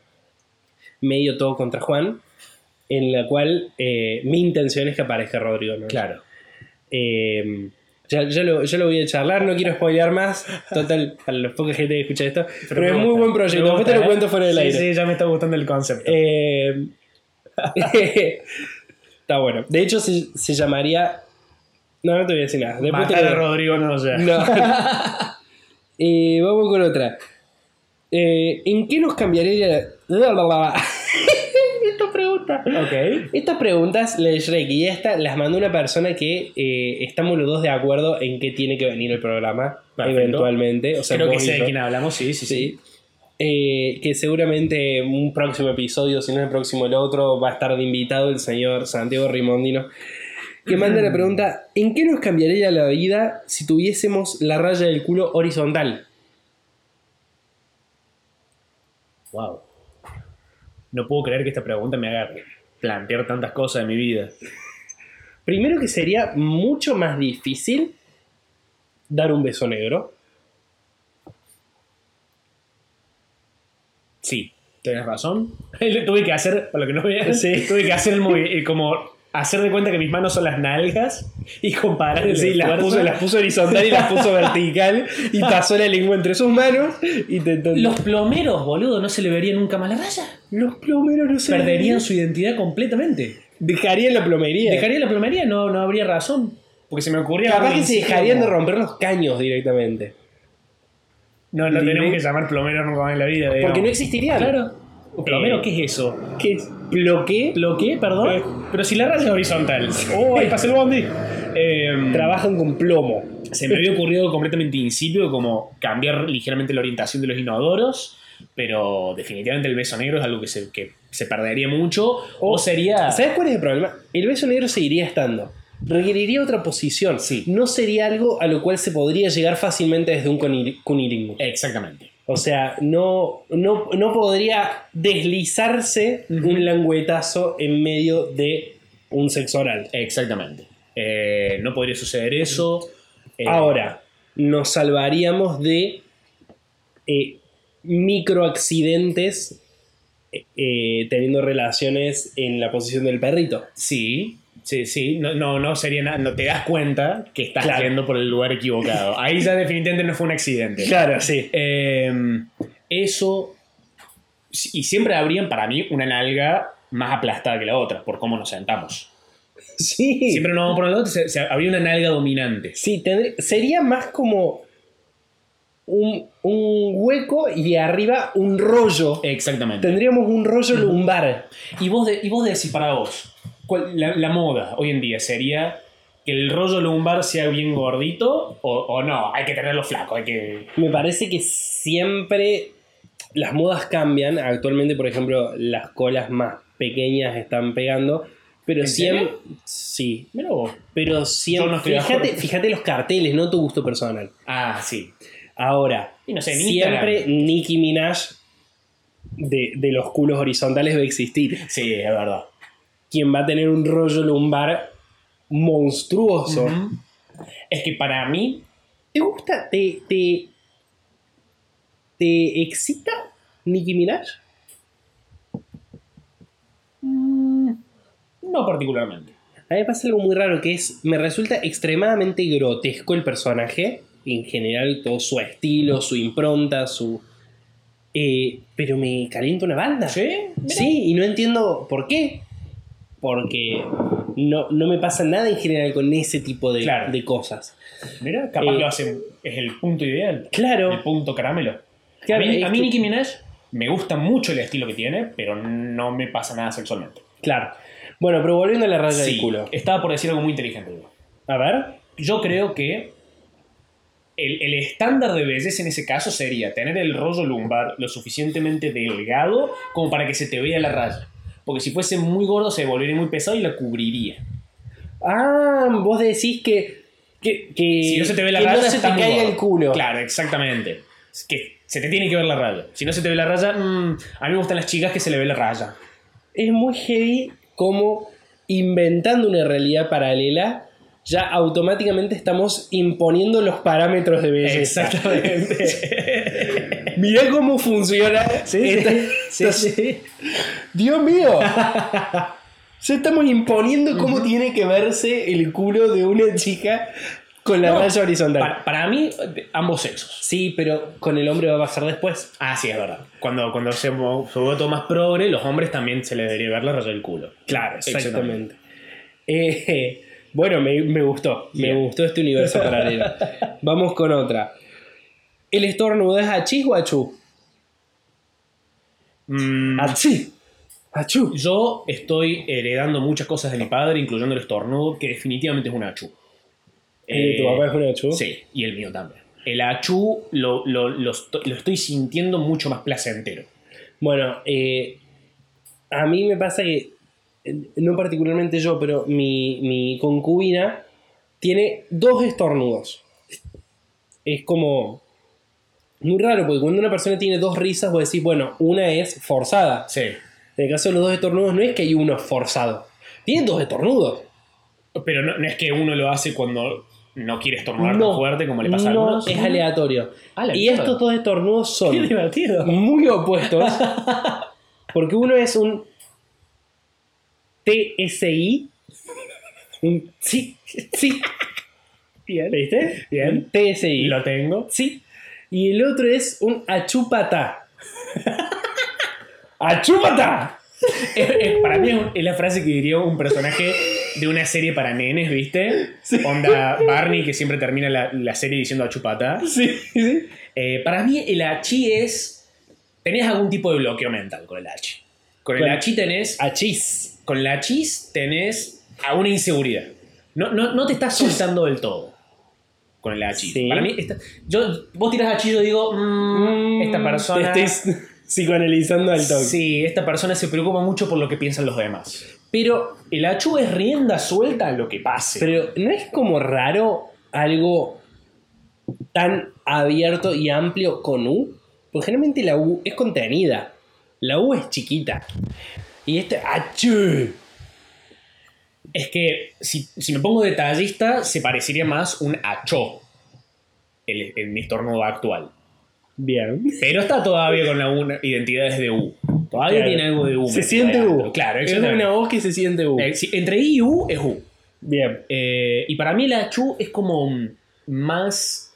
Speaker 3: medio todo contra Juan, en la cual eh, mi intención es que aparezca Rodrigo. Noya.
Speaker 4: Claro.
Speaker 3: Eh, ya, ya lo, ya lo voy a charlar, no quiero spoilear más. Total, a la poca gente que escucha esto. Pero, es
Speaker 4: me
Speaker 3: muy
Speaker 4: gusta.
Speaker 3: buen
Speaker 4: Me
Speaker 3: proyecto.
Speaker 4: gusta,
Speaker 3: Después te lo
Speaker 4: ¿eh?
Speaker 3: cuento fuera del
Speaker 4: Sí,
Speaker 3: aire.
Speaker 4: Sí, ya me está gustando el concepto.
Speaker 3: Eh, *laughs* está bueno. De hecho, se, se llamaría. No, no te voy a decir nada. Después te
Speaker 4: Matar
Speaker 3: lo-
Speaker 4: a Rodrigo no,
Speaker 3: *laughs*
Speaker 4: ya.
Speaker 3: no. Eh, vamos con otra. Eh, ¿En qué nos cambiaría la... *laughs* Esta pregunta.
Speaker 4: Ok.
Speaker 3: Estas preguntas, la de Shrek y esta, las mandó una persona que eh, estamos los dos de acuerdo en qué tiene que venir el programa,
Speaker 4: Perfecto.
Speaker 3: eventualmente. O sea,
Speaker 4: Creo que
Speaker 3: vos y
Speaker 4: sé de
Speaker 3: yo.
Speaker 4: quién hablamos, sí, sí, sí.
Speaker 3: Sí. Eh, que seguramente en un próximo episodio, si no es el próximo, el otro, va a estar de invitado el señor Santiago Rimondino. Que manda la pregunta: ¿En qué nos cambiaría la vida si tuviésemos la raya del culo horizontal?
Speaker 4: Wow. No puedo creer que esta pregunta me haga plantear tantas cosas de mi vida.
Speaker 3: Primero que sería mucho más difícil dar un beso negro.
Speaker 4: Sí, tenés razón. Le tuve que hacer, para lo que no vean, tuve que hacer el movi- eh, como hacer de cuenta que mis manos son las nalgas y comparar el
Speaker 3: Sí, las
Speaker 4: esfuerzo.
Speaker 3: puso, las puso horizontal y las puso vertical y pasó la lengua entre sus manos y te, te-
Speaker 4: Los plomeros, boludo, no se le vería nunca más la raya.
Speaker 3: los plomeros no se
Speaker 4: Perderían su identidad completamente.
Speaker 3: dejarían la plomería.
Speaker 4: Dejaría la plomería, no, no habría razón. Porque se me ocurría.
Speaker 3: Capaz
Speaker 4: algo
Speaker 3: que se
Speaker 4: insípido
Speaker 3: dejarían de
Speaker 4: como-
Speaker 3: romper los caños directamente.
Speaker 4: No, no tenemos
Speaker 3: Direct-
Speaker 4: que llamar plomeros nunca más en la vida.
Speaker 3: Porque no
Speaker 4: digamos.
Speaker 3: existiría.
Speaker 4: Claro. ¿Un plomero
Speaker 3: Eh,
Speaker 4: qué es eso?
Speaker 3: ¿Qué es? ¿Bloque?
Speaker 4: ¿Bloqueé, perdón?
Speaker 3: Eh.
Speaker 4: Pero si la raya es horizontal. ¡Oh, ahí pasé el bondi! Em,
Speaker 3: Trabajan con plomo.
Speaker 4: se me había ocurrido completamente incipio como cambiar ligeramente la orientación de los inodoros, pero definitivamente el beso negro es algo que se, que se perdería mucho. O, sería...
Speaker 3: ¿Sabes cuál es el problema? El beso negro seguiría estando. Requeriría otra posición.
Speaker 4: Sí.
Speaker 3: No sería algo a lo cual se podría llegar fácilmente desde un cunil- cunilingus.
Speaker 4: Eh. Exactamente.
Speaker 3: O sea, no, no, no podría deslizarse un languetazo en medio de un sexo oral.
Speaker 4: Exactamente. Eh, no podría suceder eso. Eh,
Speaker 3: Ahora, nos salvaríamos de eh, microaccidentes eh, eh, teniendo relaciones en la posición del perrito. *laughs*
Speaker 4: Sí, sí, sí. No, no, no sería nada. No te das cuenta que estás
Speaker 3: Claro.
Speaker 4: yendo por el lugar equivocado. Ahí ya definitivamente no fue un accidente.
Speaker 3: Claro, sí.
Speaker 4: Eh, eso. Y siempre habrían para mí una nalga más aplastada que la otra, por cómo nos sentamos.
Speaker 3: Sí,
Speaker 4: Siempre nos vamos por la otra, se- se- habría una nalga dominante.
Speaker 3: sí tendrí- sería más como un, un hueco y arriba un rollo.
Speaker 4: Eh. Exactamente.
Speaker 3: Tendríamos un rollo lumbar.
Speaker 4: Y vos, de- y vos decís para vos, ¿cuál- la, la moda hoy en día sería que el rollo lumbar sea bien gordito o, o no? Hay que tenerlo flaco, hay que.
Speaker 3: Me parece que siempre las modas cambian. Actualmente, por ejemplo, las colas más pequeñas están pegando. Pero
Speaker 4: ¿En
Speaker 3: siempre.
Speaker 4: serio?
Speaker 3: Sí.
Speaker 4: Mirá vos.
Speaker 3: Pero
Speaker 4: Yo no
Speaker 3: siempre.
Speaker 4: estoy de
Speaker 3: fíjate,
Speaker 4: acuerdo.
Speaker 3: fíjate los carteles, no tu gusto personal.
Speaker 4: Ah, sí.
Speaker 3: Ahora,
Speaker 4: Y no sé, en
Speaker 3: siempre
Speaker 4: Instagram.
Speaker 3: Nicki Minaj de, de los culos horizontales va a existir.
Speaker 4: Sí, es verdad.
Speaker 3: Quien va a tener un rollo lumbar monstruoso.
Speaker 4: Ujú. Es que para mí,
Speaker 3: ¿Te gusta? ¿Te, te, te excita? Nicki Minaj?
Speaker 4: Mm, no particularmente.
Speaker 3: A mí me pasa algo muy raro que es, me resulta extremadamente grotesco el personaje, en general todo su estilo, su impronta, su... eh, pero me calienta una banda.
Speaker 4: ¿Sí? Mira.
Speaker 3: Sí, y no entiendo por qué. Porque no, no me pasa nada en general con ese tipo de,
Speaker 4: Claro.
Speaker 3: de cosas.
Speaker 4: Mira, capaz
Speaker 3: Eh,
Speaker 4: lo hacen. Es el punto ideal. El
Speaker 3: Claro.
Speaker 4: punto caramelo.
Speaker 3: Claro,
Speaker 4: a mí,
Speaker 3: es
Speaker 4: a mí
Speaker 3: que-
Speaker 4: Nicki Minaj me gusta mucho el estilo que tiene, pero no me pasa nada sexualmente.
Speaker 3: Claro. Bueno, pero volviendo a la raya
Speaker 4: Sí,
Speaker 3: del culo.
Speaker 4: estaba por decir algo muy inteligente. Yo,
Speaker 3: A ver.
Speaker 4: yo creo que el, el estándar de belleza en ese caso sería tener el rollo lumbar lo suficientemente delgado como para que se te vea la raya. Porque si fuese muy gordo se volvería muy pesado y la cubriría.
Speaker 3: Ah, vos decís que... Que, que-
Speaker 4: si no se te ve la
Speaker 3: que
Speaker 4: raya,
Speaker 3: no se te
Speaker 4: está muy
Speaker 3: caiga
Speaker 4: gordo.
Speaker 3: el culo.
Speaker 4: Claro, exactamente. Es que se te tiene que ver la raya. Si no se te ve la raya, mm, a mí me gustan las chicas que se le ve la raya.
Speaker 3: es muy heavy como inventando una realidad paralela, ya automáticamente estamos imponiendo los parámetros de belleza.
Speaker 4: Exactamente.
Speaker 3: *laughs* Mirá cómo funciona. esta- esta- Dios mío. Ya estamos imponiendo cómo tiene que verse el culo de una chica con la
Speaker 4: No,
Speaker 3: raya horizontal.
Speaker 4: Para, para mí, de- ambos sexos.
Speaker 3: Sí, pero con el hombre va a pasar después.
Speaker 4: Ah, sí, es verdad. Cuando, cuando se mo- se votó más progre, los hombres también se les debería ver la raya del culo.
Speaker 3: Claro, exactamente. Eh, bueno, me, me gustó. Me
Speaker 4: Bien.
Speaker 3: gustó este universo
Speaker 4: *laughs*
Speaker 3: paralelo. Vamos con otra. ¿El estornudo es achis o achú?
Speaker 4: Mm,
Speaker 3: Achí. Achú.
Speaker 4: yo estoy heredando muchas cosas de mi padre, incluyendo el estornudo, que definitivamente es un achú.
Speaker 3: Eh, ¿Tu papá es un achú?
Speaker 4: Sí, y el mío también. El achú lo, lo- lo esto- lo estoy sintiendo mucho más placentero.
Speaker 3: Bueno, eh, a mí me pasa que, eh, no particularmente yo, pero mi, mi concubina tiene dos estornudos. Es como muy raro, porque cuando una persona tiene dos risas, vos decís, bueno, una es forzada.
Speaker 4: Sí.
Speaker 3: En el caso de los dos estornudos, no es que hay uno forzado. Tienen dos estornudos.
Speaker 4: Pero no, no es que uno lo hace cuando no quiere estornudar tan fuerte, como le pasa a
Speaker 3: no,
Speaker 4: algunos.
Speaker 3: es
Speaker 4: *laughs*
Speaker 3: aleatorio.
Speaker 4: A Ah, la
Speaker 3: y
Speaker 4: mierda.
Speaker 3: estos dos estornudos
Speaker 4: Qué
Speaker 3: son
Speaker 4: divertido.
Speaker 3: muy opuestos. Porque uno es un TSI. Un sí, sí.
Speaker 4: Bien.
Speaker 3: ¿Viste?
Speaker 4: Bien.
Speaker 3: Un TSI.
Speaker 4: Lo tengo.
Speaker 3: Sí. Y el otro es un
Speaker 4: *laughs*
Speaker 3: achupata. ¡Achúpata!
Speaker 4: Es- es- para mí es, un- es la frase que diría un personaje de una serie para nenes, ¿viste? Onda Barney que siempre termina la, la serie diciendo a chupata.
Speaker 3: Sí, sí.
Speaker 4: Eh, para mí el hachi es... Tenés algún tipo de bloqueo mental con el hachi. Con el
Speaker 3: Bueno.
Speaker 4: hachi tenés...
Speaker 3: Achis.
Speaker 4: Con el hachís tenés a una inseguridad. No, no, no te estás soltando del todo. Con el hachís.
Speaker 3: Sí.
Speaker 4: Para mí, esta- yo, vos tirás hachís, yo digo, mm, esta persona...
Speaker 3: Te estoy psicoanalizando al toque.
Speaker 4: Sí, esta persona se preocupa mucho por lo que piensan los demás.
Speaker 3: Pero
Speaker 4: El achú es rienda suelta a lo que pase.
Speaker 3: Pero ¿no es como raro algo tan abierto y amplio con U? Porque generalmente la U es contenida. La U es chiquita. Y este... ¡Achú!
Speaker 4: es que si, si me pongo detallista, se parecería más un achó. El, el mi estornudo actual.
Speaker 3: Bien.
Speaker 4: Pero está todavía con la una, identidades de U. Todavía
Speaker 3: Claro.
Speaker 4: tiene algo de U.
Speaker 3: Se siente U.
Speaker 4: Claro,
Speaker 3: es
Speaker 4: exactamente.
Speaker 3: una voz que se siente U.
Speaker 4: Eh, sí, entre I y U es U.
Speaker 3: Bien.
Speaker 4: Eh, y para mí la Chu es como mm, más...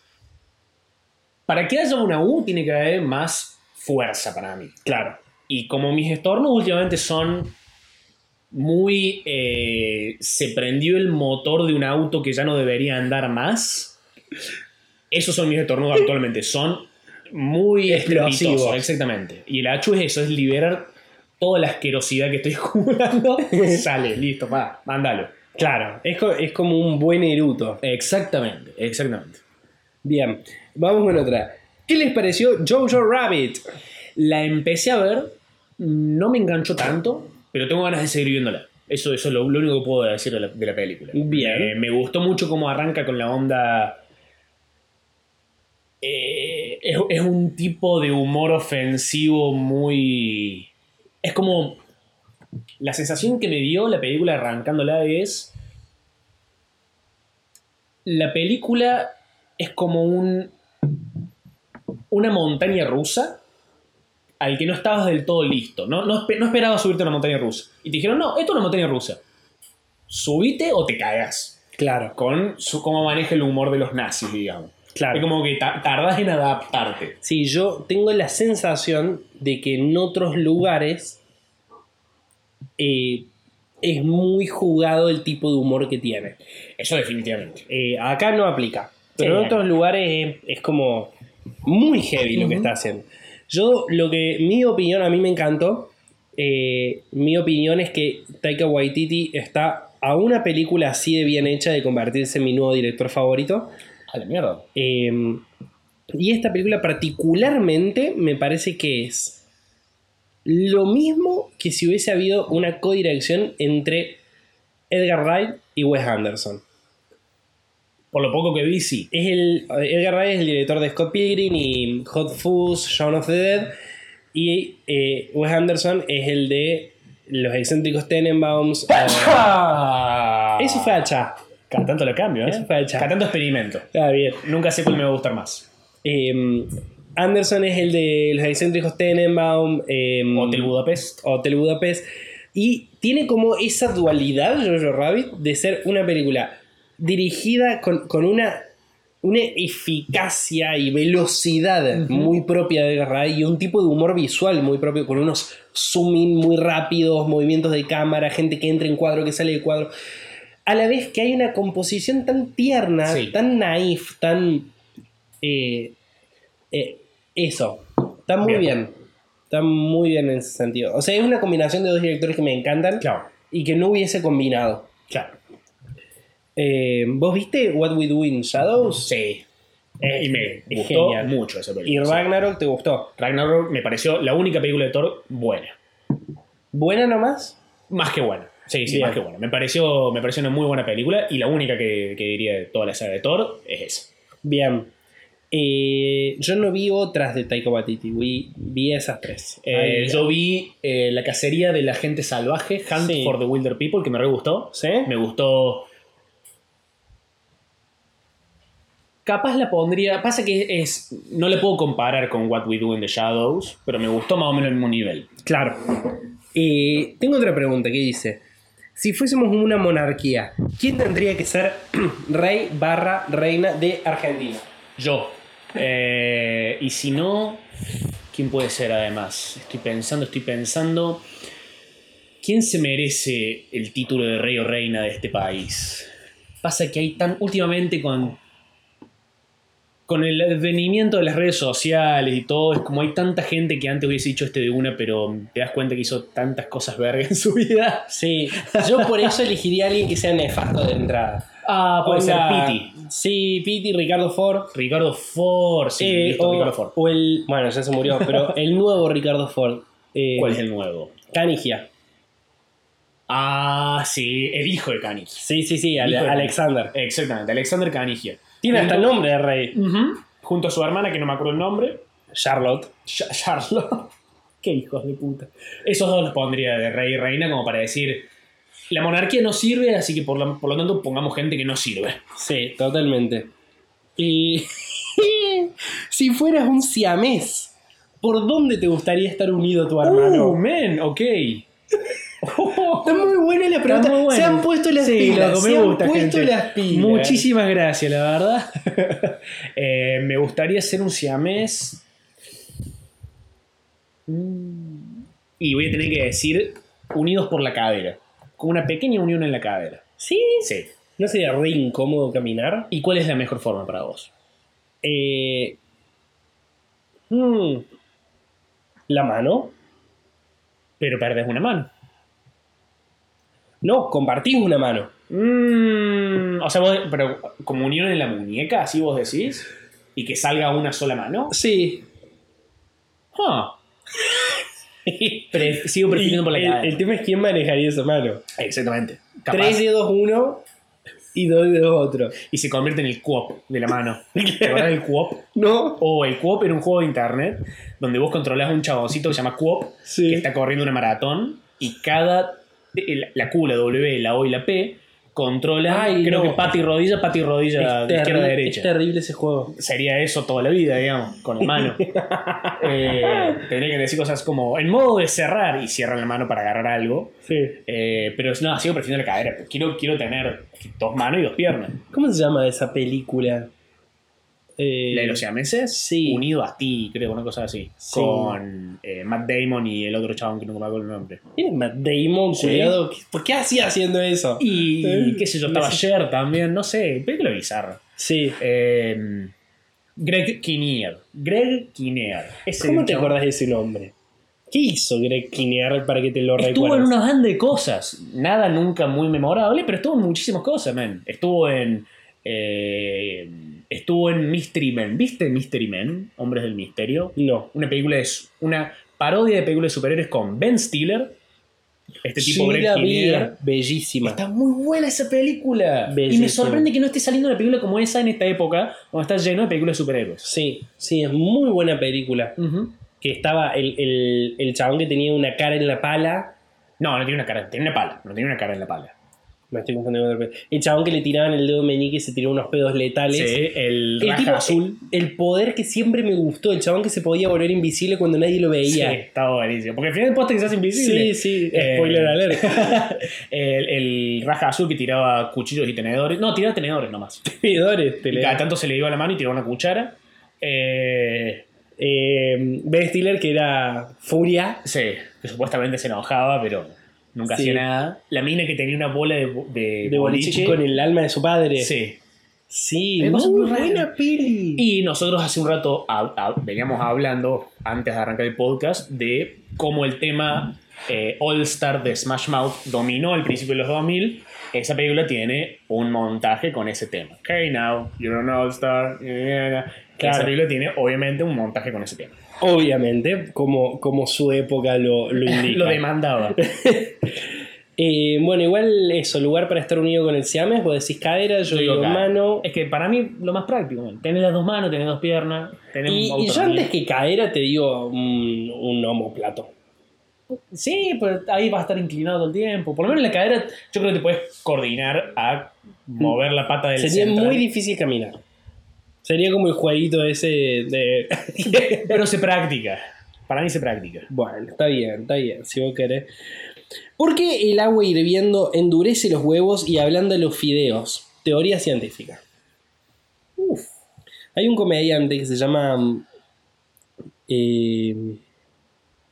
Speaker 4: Para que haya una U tiene que haber más fuerza para mí. Claro. Y como mis estornos últimamente son muy... eh, se prendió el motor de un auto que ya no debería andar más. Esos son mis estornudos actualmente. Son muy
Speaker 3: Explosivos.
Speaker 4: estrepitosos, Exactamente. Y el Chu es eso, es liberar toda la asquerosidad que estoy *laughs* acumulando. Sale, listo, va, mándalo.
Speaker 3: Claro, es, co- es como un buen eruto.
Speaker 4: Exactamente, exactamente.
Speaker 3: Bien, vamos con otra. ¿Qué les pareció Jojo Rabbit?
Speaker 4: La empecé a ver, no me enganchó tanto, pero tengo ganas de seguir viéndola. Eso, eso es lo, lo único que puedo decir de la, de la película.
Speaker 3: Bien.
Speaker 4: Eh, me gustó mucho cómo arranca con la onda. Eh, es, es un tipo de humor ofensivo muy. Es como. La sensación que me dio la película arrancándola es. La película es como un. Una montaña rusa al que no estabas del todo listo. No, no, espe- no esperabas subirte a una montaña rusa. Y te dijeron, no, esto es una montaña rusa. Subite o te cagas.
Speaker 3: Claro,
Speaker 4: Con su, cómo maneja el humor de los nazis, digamos.
Speaker 3: claro.
Speaker 4: Es como que ta- tardas en adaptarte.
Speaker 3: Sí, yo tengo la sensación de que en otros lugares eh, es muy jugado el tipo de humor que tiene.
Speaker 4: Eso definitivamente.
Speaker 3: Eh, acá no aplica, pero
Speaker 4: Sí,
Speaker 3: en otros lugares es, es como muy heavy lo que está haciendo. Yo, lo que mi opinión a mí me encantó, eh, mi opinión es que Taika Waititi está a una película así de bien hecha de convertirse en mi nuevo director favorito.
Speaker 4: A la mierda.
Speaker 3: Eh, y esta película particularmente me parece que es lo mismo que si hubiese habido una codirección entre Edgar Wright y Wes Anderson.
Speaker 4: Por lo poco que
Speaker 3: *laughs*
Speaker 4: vi, sí.
Speaker 3: Es el, Edgar Wright es el director de Scott Pilgrim y Hot Fuzz, Shaun of the Dead. Y eh, Wes Anderson es el de Los excéntricos Tenenbaums. eh,
Speaker 4: Ah.
Speaker 3: eso fue hacha.
Speaker 4: Cada tanto lo cambio, ¿eh?
Speaker 3: Eso fue hacha.
Speaker 4: Cada tanto experimento.
Speaker 3: Está bien.
Speaker 4: Nunca sé cuál me va a gustar más.
Speaker 3: Eh, Anderson es el de Los excéntricos Tenenbaum. eh,
Speaker 4: Hotel Budapest.
Speaker 3: Hotel Budapest. Y tiene como esa dualidad, Jojo Rabbit, de ser una película dirigida con, con una, una eficacia y velocidad muy propia de Garray y un tipo de humor visual muy propio, con unos zooming muy rápidos, movimientos de cámara, gente que entra en cuadro, que sale de cuadro. A la vez que hay una composición tan tierna,
Speaker 4: Sí.
Speaker 3: tan naif, tan. eh, eh, eso. Está muy
Speaker 4: Bien.
Speaker 3: bien. Está muy bien en ese sentido. O sea, es una combinación de dos directores que me encantan
Speaker 4: Claro,
Speaker 3: y que no hubiese combinado.
Speaker 4: claro.
Speaker 3: Eh, ¿Vos viste What We Do in Shadows?
Speaker 4: Sí. Eh, y me
Speaker 3: es
Speaker 4: gustó
Speaker 3: genial.
Speaker 4: mucho esa película.
Speaker 3: Y
Speaker 4: Sí.
Speaker 3: Ragnarok te gustó.
Speaker 4: Ragnarok me pareció la única película de Thor buena.
Speaker 3: ¿Buena nomás?
Speaker 4: Más que buena. Sí, sí,
Speaker 3: Bien.
Speaker 4: más que buena. Me pareció, me pareció una muy buena película y la única que, que diría de toda la saga de Thor es esa.
Speaker 3: Bien. Eh, yo no vi otras de Taika Waititi. Vi, vi esas tres.
Speaker 4: Eh,
Speaker 3: Ahí.
Speaker 4: yo vi eh, La cacería de la gente salvaje, Hunt
Speaker 3: Sí.
Speaker 4: for the Wilder People, que me re gustó.
Speaker 3: ¿Sí?
Speaker 4: Me gustó. Capaz la pondría. Pasa que es. No le puedo comparar con What We Do in the Shadows, pero me gustó más o menos el mismo nivel.
Speaker 3: Claro. Eh, tengo otra pregunta que dice: Si fuésemos una monarquía, ¿quién tendría que ser *clears throat* rey barra reina de Argentina?
Speaker 4: Yo. Eh, y si no. ¿Quién puede ser además? Estoy pensando, estoy pensando. ¿Quién se merece el título de rey o reina de este país? Pasa que hay tan. últimamente con. Con el advenimiento de las redes sociales y todo, es como hay tanta gente que antes hubiese dicho este de una, pero te das cuenta que hizo tantas cosas verga en su vida.
Speaker 3: Sí, yo por eso elegiría a alguien que sea nefasto de entrada.
Speaker 4: Ah, puede ser
Speaker 3: Onda-
Speaker 4: Piti.
Speaker 3: Sí, Piti, Ricardo Ford.
Speaker 4: Ricardo Ford, sí,
Speaker 3: Eh,
Speaker 4: listo,
Speaker 3: o,
Speaker 4: Ricardo Ford.
Speaker 3: o el. Bueno, ya se murió, *laughs* pero el nuevo Ricardo Ford. eh,
Speaker 4: ¿Cuál es el nuevo?
Speaker 3: Canigia.
Speaker 4: Ah, sí, el hijo de Canigia.
Speaker 3: Sí, sí, sí, Ale-
Speaker 4: Hijo de-
Speaker 3: Alexander.
Speaker 4: Exactamente, Alexander Canigia.
Speaker 3: Tiene hasta nombre de rey.
Speaker 4: Ujú. Junto a su hermana, que no me acuerdo el nombre,
Speaker 3: Charlotte.
Speaker 4: Sha- Charlotte. *laughs* Qué hijos de puta. Esos dos los pondría de rey y reina como para decir, la monarquía no sirve, así que por, la- por lo tanto pongamos gente que no sirve.
Speaker 3: Sí, totalmente. Y. *laughs* si fueras un siamés, ¿por dónde te gustaría estar unido tu hermano?
Speaker 4: Uh, men, *laughs* ok.
Speaker 3: Está muy buena la pregunta.
Speaker 4: muy bueno.
Speaker 3: Se han puesto las
Speaker 4: Sí,
Speaker 3: pilas.
Speaker 4: loco, me
Speaker 3: Se han
Speaker 4: gusta,
Speaker 3: puesto
Speaker 4: gente.
Speaker 3: las pilas.
Speaker 4: Muchísimas gracias, la verdad. *laughs* Eh, me gustaría ser un siamés. Mm. Y voy a tener que decir unidos por la cadera. Con una pequeña unión en la cadera.
Speaker 3: ¿Sí?
Speaker 4: Sí.
Speaker 3: ¿No sería re incómodo caminar?
Speaker 4: ¿Y cuál es la mejor forma para vos?
Speaker 3: Eh, mm, ¿La mano?
Speaker 4: Pero perdés una mano.
Speaker 3: No, compartís una mano.
Speaker 4: Mm, o sea, vos, pero como unión en la muñeca, así vos decís. Y que salga una sola mano.
Speaker 3: Sí.
Speaker 4: *laughs* Ah. Pre- sigo prefiriendo por la
Speaker 3: el,
Speaker 4: cadera.
Speaker 3: el tema es quién manejaría esa mano.
Speaker 4: Exactamente.
Speaker 3: Tres dedos uno y dos dedos otro.
Speaker 4: y se convierte en el cuop de la mano. *laughs* ¿Te acordás del cuop?
Speaker 3: No.
Speaker 4: O el cuop era un juego de internet donde vos controlás a un chaboncito que se llama cuop,
Speaker 3: Sí.
Speaker 4: que está corriendo una maratón y cada. el- la Q, la W, la O y la P controla,
Speaker 3: Ay,
Speaker 4: creo
Speaker 3: no.
Speaker 4: que pata y rodilla, pata y rodilla,
Speaker 3: es,
Speaker 4: de izquierda a
Speaker 3: terri-
Speaker 4: derecha.
Speaker 3: es terrible ese juego.
Speaker 4: Sería eso toda la vida, digamos, con
Speaker 3: *laughs*
Speaker 4: la mano. Eh, tendría que decir cosas como en modo de cerrar y cierran la mano para agarrar algo.
Speaker 3: Sí.
Speaker 4: Eh, pero no, sigo prefiriendo la cadera. Quiero, quiero tener dos manos y dos piernas.
Speaker 3: ¿Cómo se llama esa película? Eh,
Speaker 4: La de los siameses,
Speaker 3: sí.
Speaker 4: unido a ti, creo, una cosa así.
Speaker 3: Sí.
Speaker 4: Con eh, Matt Damon y el otro chabón que nunca me acuerdo el nombre.
Speaker 3: Era Matt Damon,
Speaker 4: Sí.
Speaker 3: culiado. ¿Qué- ¿Por qué hacía haciendo eso?
Speaker 4: Y
Speaker 3: Eh,
Speaker 4: qué sé yo, estaba
Speaker 3: me-
Speaker 4: ayer también, no sé, película bizarra.
Speaker 3: Sí.
Speaker 4: Eh, Greg Kinnear. Greg Kinnear. Ese
Speaker 3: ¿Cómo te
Speaker 4: chabón.
Speaker 3: acordás de ese nombre? ¿Qué hizo Greg Kinnear para que te lo
Speaker 4: Estuvo en
Speaker 3: recuerdes?
Speaker 4: una banda de cosas. Nada nunca muy memorable, pero estuvo en muchísimas cosas, man. Estuvo en. eh, estuvo en Mystery Men. ¿Viste Mystery Men? Hombres del Misterio.
Speaker 3: No.
Speaker 4: Una película de. su- Una parodia de películas de superhéroes con Ben Stiller. Este tipo
Speaker 3: Sí,
Speaker 4: Greg
Speaker 3: la vi,
Speaker 4: Kinnear.
Speaker 3: Bellísima.
Speaker 4: Está muy buena esa película. Y
Speaker 3: Bellísima.
Speaker 4: me sorprende que no esté saliendo una película como esa en esta época, donde está lleno de películas de superhéroes.
Speaker 3: Sí, sí, es muy buena película.
Speaker 4: Ujú.
Speaker 3: Que estaba el, el, el chabón que tenía una cara en la pala.
Speaker 4: No, no tiene una cara, tiene una pala. No tiene una cara en la pala.
Speaker 3: Me estoy confundiendo con otra película. El chabón que le tiraban el dedo meñique y se tiró unos pedos letales.
Speaker 4: Sí, el
Speaker 3: El,
Speaker 4: raja
Speaker 3: tipo, eh,
Speaker 4: azul.
Speaker 3: el el poder que siempre me gustó, el chabón que se podía volver invisible cuando nadie lo veía.
Speaker 4: Sí, está buenísimo. Porque al final del poste que se hace
Speaker 3: Sí,
Speaker 4: invisible.
Speaker 3: sí,
Speaker 4: Eh,
Speaker 3: spoiler *laughs* alert.
Speaker 4: *laughs* el, el raja azul que tiraba cuchillos y tenedores. No, tiraba tenedores
Speaker 3: *laughs*
Speaker 4: nomás.
Speaker 3: Seguidores, te
Speaker 4: Y
Speaker 3: leo.
Speaker 4: cada tanto se le iba la mano y tiraba una cuchara. Eh,
Speaker 3: Eh, Ben Stiller, que era Furia.
Speaker 4: sí, que supuestamente se enojaba, pero nunca
Speaker 3: Sí.
Speaker 4: hacía nada. La mina que tenía una bola de, bo- de,
Speaker 3: De boliche
Speaker 4: boliche.
Speaker 3: con el alma de su padre.
Speaker 4: Sí.
Speaker 3: Sí,
Speaker 4: Es
Speaker 3: muy
Speaker 4: cosa muy rara.
Speaker 3: buena peli.
Speaker 4: Y nosotros hace un rato hab- hab- veníamos hablando, antes de arrancar el podcast, de cómo el tema eh, All Star de Smash Mouth dominó al principio de los 2000. Esa película tiene un montaje con ese tema. Hey now, you're an All Star. eh,
Speaker 3: Claro.
Speaker 4: Esa película tiene obviamente un montaje con ese tema.
Speaker 3: Obviamente, como, como su época lo, lo indica.
Speaker 4: *laughs* Lo
Speaker 3: *laughs*
Speaker 4: demandaba.
Speaker 3: Eh, bueno, igual eso, lugar para estar unido con el Siames, vos decís cadera, yo,
Speaker 4: Yo
Speaker 3: digo
Speaker 4: digo cadera.
Speaker 3: mano.
Speaker 4: es que para mí lo más práctico, man. tenés las dos manos, tenés dos piernas, tenés
Speaker 3: Y,
Speaker 4: un
Speaker 3: y yo
Speaker 4: autocontrol.
Speaker 3: antes que cadera te digo un, un homoplato.
Speaker 4: Sí, pero ahí vas a estar inclinado todo el tiempo. Por lo menos en la cadera, yo creo que te puedes coordinar a mover la pata del
Speaker 3: Sería
Speaker 4: central.
Speaker 3: muy difícil caminar. Sería como el jueguito ese de...
Speaker 4: Pero se practica. Para mí se practica.
Speaker 3: bueno, está bien, está bien, si vos querés. ¿Por qué el agua hirviendo endurece los huevos y ablanda los fideos? Teoría científica. Uf. Hay un comediante que se llama... eh,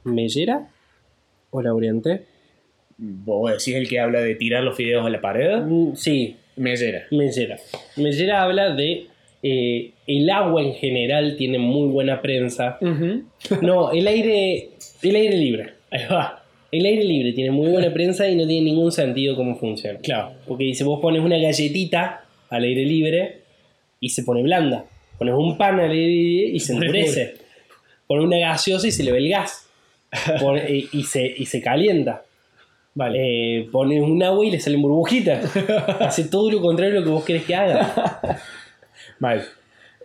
Speaker 3: ¿Mellera? ¿O la Oriente?
Speaker 4: ¿Vos decís el que habla de tirar los fideos a la pared?
Speaker 3: Mm, Sí,
Speaker 4: Me llena.
Speaker 3: Mellera. Mellera habla de eh, el agua en general tiene muy buena prensa. No, el aire, el aire libre.
Speaker 4: Ahí va.
Speaker 3: El aire libre tiene muy buena prensa y no tiene ningún sentido cómo funciona.
Speaker 4: Claro.
Speaker 3: Porque dice, vos pones una galletita al aire libre y se pone blanda. Pones un pan al aire libre y se
Speaker 4: Muy
Speaker 3: endurece. Pones una gaseosa y se le ve el gas. Pon- eh, y, se, y se calienta.
Speaker 4: Vale.
Speaker 3: Eh, pones un agua y le salen
Speaker 4: *laughs*
Speaker 3: burbujitas. Hace todo lo contrario de lo que vos querés que haga.
Speaker 4: Vale.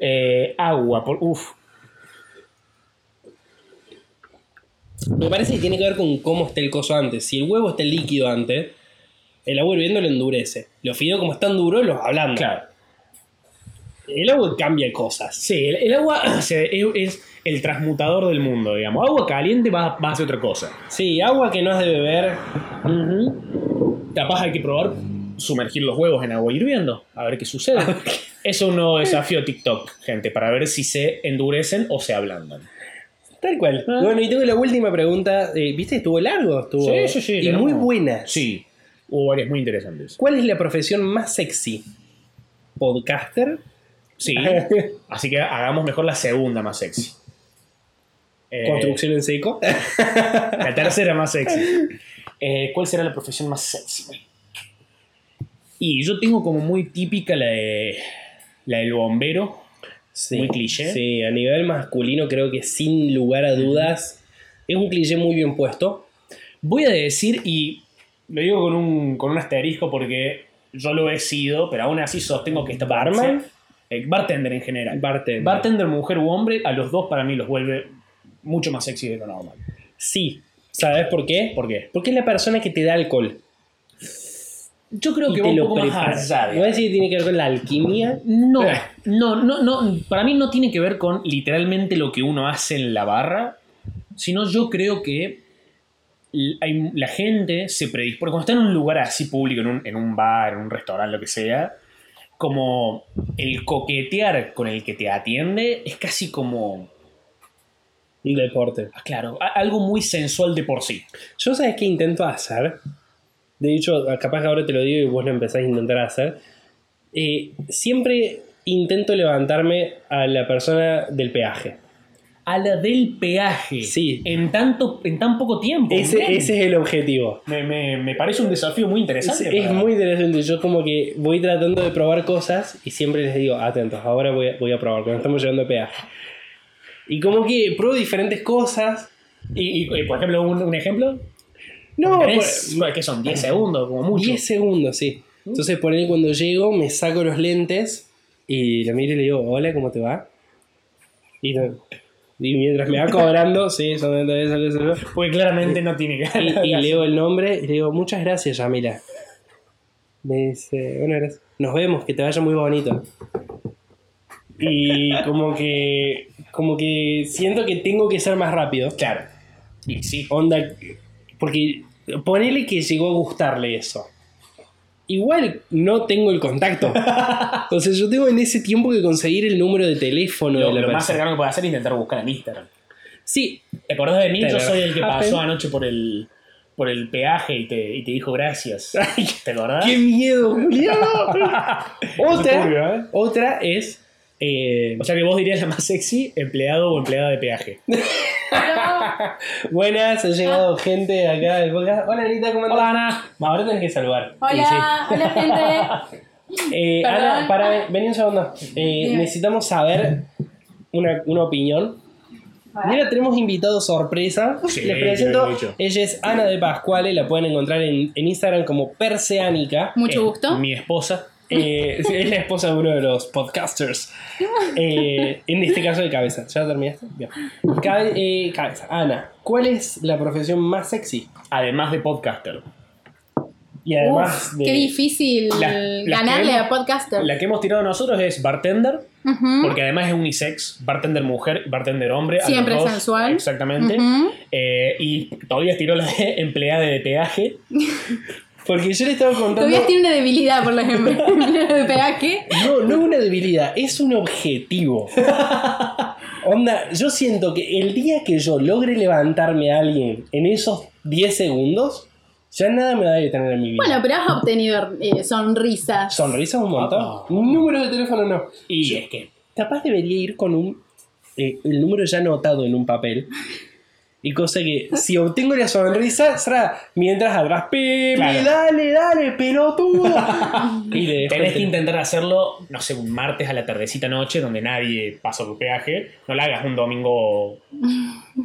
Speaker 4: Eh, agua. Por, uf.
Speaker 3: Me parece que tiene que ver con cómo está el coso antes. Si el huevo está líquido antes, el agua hirviendo lo endurece. Los fideos como están duros los ablandan.
Speaker 4: Claro.
Speaker 3: El agua cambia cosas.
Speaker 4: Sí, el, el agua *clears throat* se- es, es el transmutador del mundo, digamos. Agua caliente va, va a hacer otra cosa.
Speaker 3: Sí, agua que no has de beber.
Speaker 4: Capaz hay que probar sumergir los huevos en agua hirviendo. A ver qué sucede. es un nuevo desafío TikTok, gente, para ver si se endurecen o se ablandan.
Speaker 3: Tal cual.
Speaker 4: Ah.
Speaker 3: Bueno, y tengo la última pregunta. Eh, ¿Viste? Estuvo largo. Estuvo...
Speaker 4: Sí, sí, sí,
Speaker 3: Y
Speaker 4: tenemos-
Speaker 3: muy buena.
Speaker 4: Sí. Hubo varias muy interesantes.
Speaker 3: ¿Cuál es la profesión más sexy? ¿Podcaster? *laughs*
Speaker 4: *laughs* Sí. Así que hagamos mejor la segunda más sexy. Eh,
Speaker 3: ¿Construcción en
Speaker 4: *laughs*
Speaker 3: seco?
Speaker 4: La tercera más sexy. Eh, ¿Cuál será la profesión más sexy? Y yo tengo como muy típica la de. La del bombero.
Speaker 3: Sí.
Speaker 4: Muy cliché.
Speaker 3: Sí, a nivel masculino creo que sin lugar a dudas es un cliché muy bien puesto.
Speaker 4: Voy a decir, y lo digo con un, con un asterisco porque yo lo he sido, pero aún así sostengo que esta
Speaker 3: ¿Barman?
Speaker 4: Eh, bartender en general.
Speaker 3: Bartender.
Speaker 4: Bartender, mujer u hombre, a los dos para mí los vuelve mucho más sexy de lo normal.
Speaker 3: Sí. ¿Sabes por qué?
Speaker 4: ¿Por qué?
Speaker 3: Porque es la persona que te da alcohol.
Speaker 4: Yo creo
Speaker 3: y
Speaker 4: que va
Speaker 3: te
Speaker 4: un
Speaker 3: lo
Speaker 4: poco
Speaker 3: preparas.
Speaker 4: más allá. de-
Speaker 3: ¿Vos decís que tiene que ver con la alquimia?
Speaker 4: No,
Speaker 3: Eh.
Speaker 4: no, no, no. Para mí no tiene que ver con literalmente lo que uno hace en la barra, sino yo creo que l- hay- la gente se predispone. Cuando está en un lugar así público, en un, en un bar, en un restaurante, lo que sea, como el coquetear con el que te atiende es casi como.
Speaker 3: Un deporte.
Speaker 4: ah, Claro, a- algo muy sensual de por sí.
Speaker 3: Yo sabes qué intento hacer. De hecho, capaz que ahora te lo digo y vos lo empezás a intentar hacer. Eh, siempre intento levantarme a la persona del peaje.
Speaker 4: A la del peaje.
Speaker 3: Sí.
Speaker 4: En, tanto, en tan poco tiempo. Bien.
Speaker 3: Ese, ese es el objetivo.
Speaker 4: me, me- me parece un desafío muy
Speaker 3: Es,
Speaker 4: interesante.
Speaker 3: es
Speaker 4: para-
Speaker 3: muy interesante. Yo como que voy tratando de probar cosas y siempre les digo, atentos, ahora voy a, voy a probar, cuando estamos llevando a peaje. Y como que pruebo diferentes cosas.
Speaker 4: Y, y, eh, por ejemplo, un, un ejemplo.
Speaker 3: No, pues, ah,
Speaker 4: Tres, pues,
Speaker 3: por-
Speaker 4: que son 10 segundos, como mucho.
Speaker 3: 10 segundos, sí. Entonces por ahí cuando llego me saco los lentes y la miro y le digo, hola, ¿cómo te va? Y, no- y mientras me va cobrando, sí, son dentro de eso, de eso, de eso.
Speaker 4: Porque claramente no tiene
Speaker 3: Y,
Speaker 4: *laughs* ganas.
Speaker 3: y leo el nombre y le digo, muchas gracias, Yamila. Me dice, bueno, gracias. Nos vemos, que te vaya muy bonito. Y como que, como que siento que tengo que ser más rápido.
Speaker 4: Claro. Y sí.
Speaker 3: Onda, porque ponele que llegó a gustarle eso. Igual no tengo el
Speaker 4: *laughs*
Speaker 3: contacto. Entonces yo tengo en ese tiempo que conseguir el número de teléfono
Speaker 4: Lo,
Speaker 3: de la
Speaker 4: lo más
Speaker 3: persona.
Speaker 4: cercano que puede hacer es intentar buscar en Instagram.
Speaker 3: Sí,
Speaker 4: ¿Te acordás de mí?
Speaker 3: Te
Speaker 4: Yo
Speaker 3: lo-
Speaker 4: soy el que
Speaker 3: Happen.
Speaker 4: pasó anoche por el por el peaje y te, y te dijo gracias.
Speaker 3: *laughs*
Speaker 4: ¿Te acordás?
Speaker 3: qué miedo, Julián.
Speaker 4: Turbio, ¿eh?
Speaker 3: otra, otra es eh,
Speaker 4: O sea que vos dirías la más sexy, empleado o empleada de peaje.
Speaker 3: Buenas, ha llegado gente acá del podcast. Hola Anita, ¿cómo andás? Hola Ana. Ahora tenés que saludar.
Speaker 5: Hola, hola
Speaker 4: *laughs*
Speaker 5: gente.
Speaker 3: Sí. Eh,
Speaker 5: Perdón.
Speaker 3: Ana, para, vení un segundo. Eh,
Speaker 5: Dime.
Speaker 3: necesitamos saber una, una opinión. Mira, tenemos invitado sorpresa.
Speaker 4: Sí,
Speaker 3: Les
Speaker 4: lo he
Speaker 3: presento.
Speaker 4: dicho.
Speaker 3: Ella es Ana de Pascuale, la pueden encontrar en, en Instagram como Perseánica.
Speaker 5: Mucho
Speaker 4: Eh,
Speaker 5: gusto.
Speaker 4: Mi esposa.
Speaker 3: Eh, es la esposa de uno de los
Speaker 5: *laughs*
Speaker 3: podcasters. Eh, en este caso de cabeza. ¿Ya terminaste? Bien. Cabe- eh, cabeza. Ana, ¿cuál es la profesión más sexy?
Speaker 4: Además de podcaster.
Speaker 3: Y además
Speaker 5: Uf,
Speaker 3: de.
Speaker 5: Qué difícil
Speaker 4: La- la
Speaker 5: ganarle
Speaker 4: queremos-
Speaker 5: a podcaster.
Speaker 4: La que hemos tirado nosotros es bartender,
Speaker 3: ¿Mm?
Speaker 5: Ujú.
Speaker 4: porque además es unisex, bartender mujer, bartender hombre. a los
Speaker 5: Siempre
Speaker 4: dos,
Speaker 5: sensual.
Speaker 4: Exactamente.
Speaker 5: Ujú.
Speaker 4: Eh, y todavía tiró la de empleada de peaje.
Speaker 3: Porque yo le estaba contando.
Speaker 5: Tobias tiene una debilidad por los
Speaker 4: *laughs*
Speaker 5: *laughs* empleados de peaje.
Speaker 3: No, no una debilidad, es un objetivo. Onda, yo siento que el día que yo logre levantarme a alguien en esos 10 segundos, ya nada me va a detener en mi vida.
Speaker 5: Bueno, pero has obtenido eh, sonrisas.
Speaker 3: Sonrisas un montón.
Speaker 4: Ah.
Speaker 3: Un número de teléfono no.
Speaker 4: Y es que
Speaker 3: Capaz debería ir con un eh, el número ya anotado en un papel. Y cosa que si obtengo la sonrisa, será mientras atrás, Pepe,
Speaker 4: Claro.
Speaker 3: dale, dale, pelotudo. y le dejo
Speaker 4: tenés
Speaker 3: el
Speaker 4: que intentar hacerlo, no sé, un martes a la tardecita noche, donde nadie pasa por peaje. No la hagas un domingo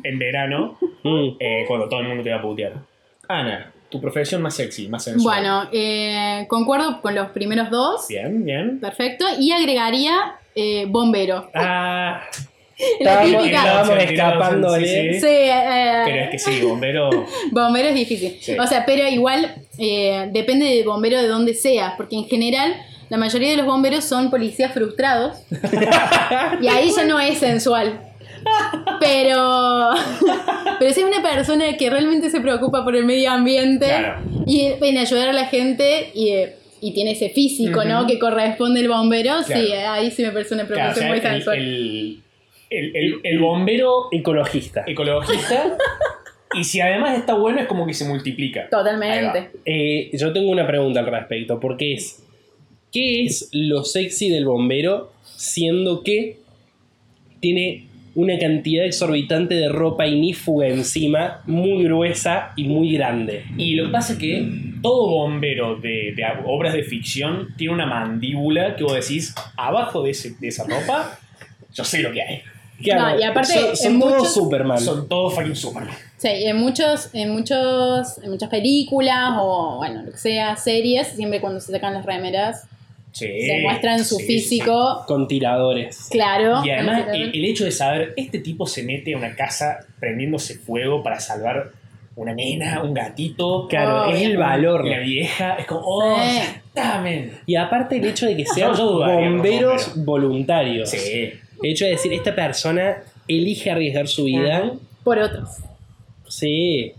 Speaker 4: en verano,
Speaker 3: Mm.
Speaker 4: eh, cuando todo el mundo te va a putear. Ana, tu profesión más sexy, más sensual.
Speaker 5: Bueno, eh, concuerdo con los primeros dos.
Speaker 4: Bien, bien.
Speaker 5: Perfecto. Y agregaría eh, bombero.
Speaker 4: Ah,
Speaker 5: La
Speaker 3: Estábamos-
Speaker 5: típica.
Speaker 3: estábamos escapando
Speaker 4: Sí,
Speaker 3: de-
Speaker 4: sí.
Speaker 5: Sí, eh,
Speaker 4: Pero es que sí, bombero.
Speaker 5: *laughs* Bombero es difícil.
Speaker 4: Sí.
Speaker 5: O sea, pero igual eh, depende de bombero de dónde seas, porque en general la mayoría de los bomberos son policías
Speaker 4: *laughs*
Speaker 5: frustrados. y ahí ya no es sensual. Pero, pero si es una persona que realmente se preocupa por el medio ambiente
Speaker 4: Claro.
Speaker 5: y en ayudar a la gente y, eh, y tiene ese físico, ¿no? Que corresponde el bombero,
Speaker 4: Claro.
Speaker 5: sí, ahí sí me parece una
Speaker 4: Claro, o
Speaker 5: profesión
Speaker 4: sea,
Speaker 5: muy
Speaker 4: el,
Speaker 5: sensual.
Speaker 4: el- el- el- el bombero
Speaker 3: Ecologista.
Speaker 4: ecologista. y si además está bueno, es como que se multiplica. Ahí
Speaker 5: Totalmente.
Speaker 3: Eh, yo tengo una pregunta al respecto, porque es, ¿qué es lo sexy del bombero siendo que tiene una cantidad exorbitante de ropa inífuga encima, muy gruesa y muy grande?
Speaker 4: Y lo que pasa es que todo bombero de, de obras de ficción tiene una mandíbula que vos decís, abajo de, ese- de esa ropa, yo sé lo que hay.
Speaker 5: No, y aparte,
Speaker 3: son, son
Speaker 5: en
Speaker 3: todos
Speaker 5: muchos-
Speaker 3: Superman.
Speaker 4: Son todos fucking Superman.
Speaker 5: Sí, y en muchos, en muchos, en muchas películas o bueno, lo que sea, series, siempre cuando se sacan las remeras,
Speaker 4: Sí,
Speaker 5: se muestran su
Speaker 4: Eh, sí,
Speaker 5: físico,
Speaker 3: con tiradores.
Speaker 5: claro.
Speaker 4: sí. Y además,
Speaker 5: Bueno,
Speaker 4: el, el hecho de saber, este tipo se mete a una casa prendiéndose fuego para salvar una nena, un gatito.
Speaker 3: Claro,
Speaker 5: Oh,
Speaker 3: es el
Speaker 5: bien.
Speaker 3: valor.
Speaker 4: La vieja es como, oh,
Speaker 5: Sí.
Speaker 4: ya está, men.
Speaker 3: Y aparte el hecho de que sean
Speaker 4: yo dudaría por
Speaker 3: bomberos
Speaker 4: bombero.
Speaker 3: voluntarios.
Speaker 4: Sí.
Speaker 3: El hecho de decir, esta persona elige arriesgar su vida.
Speaker 5: Por otros.
Speaker 3: Sí.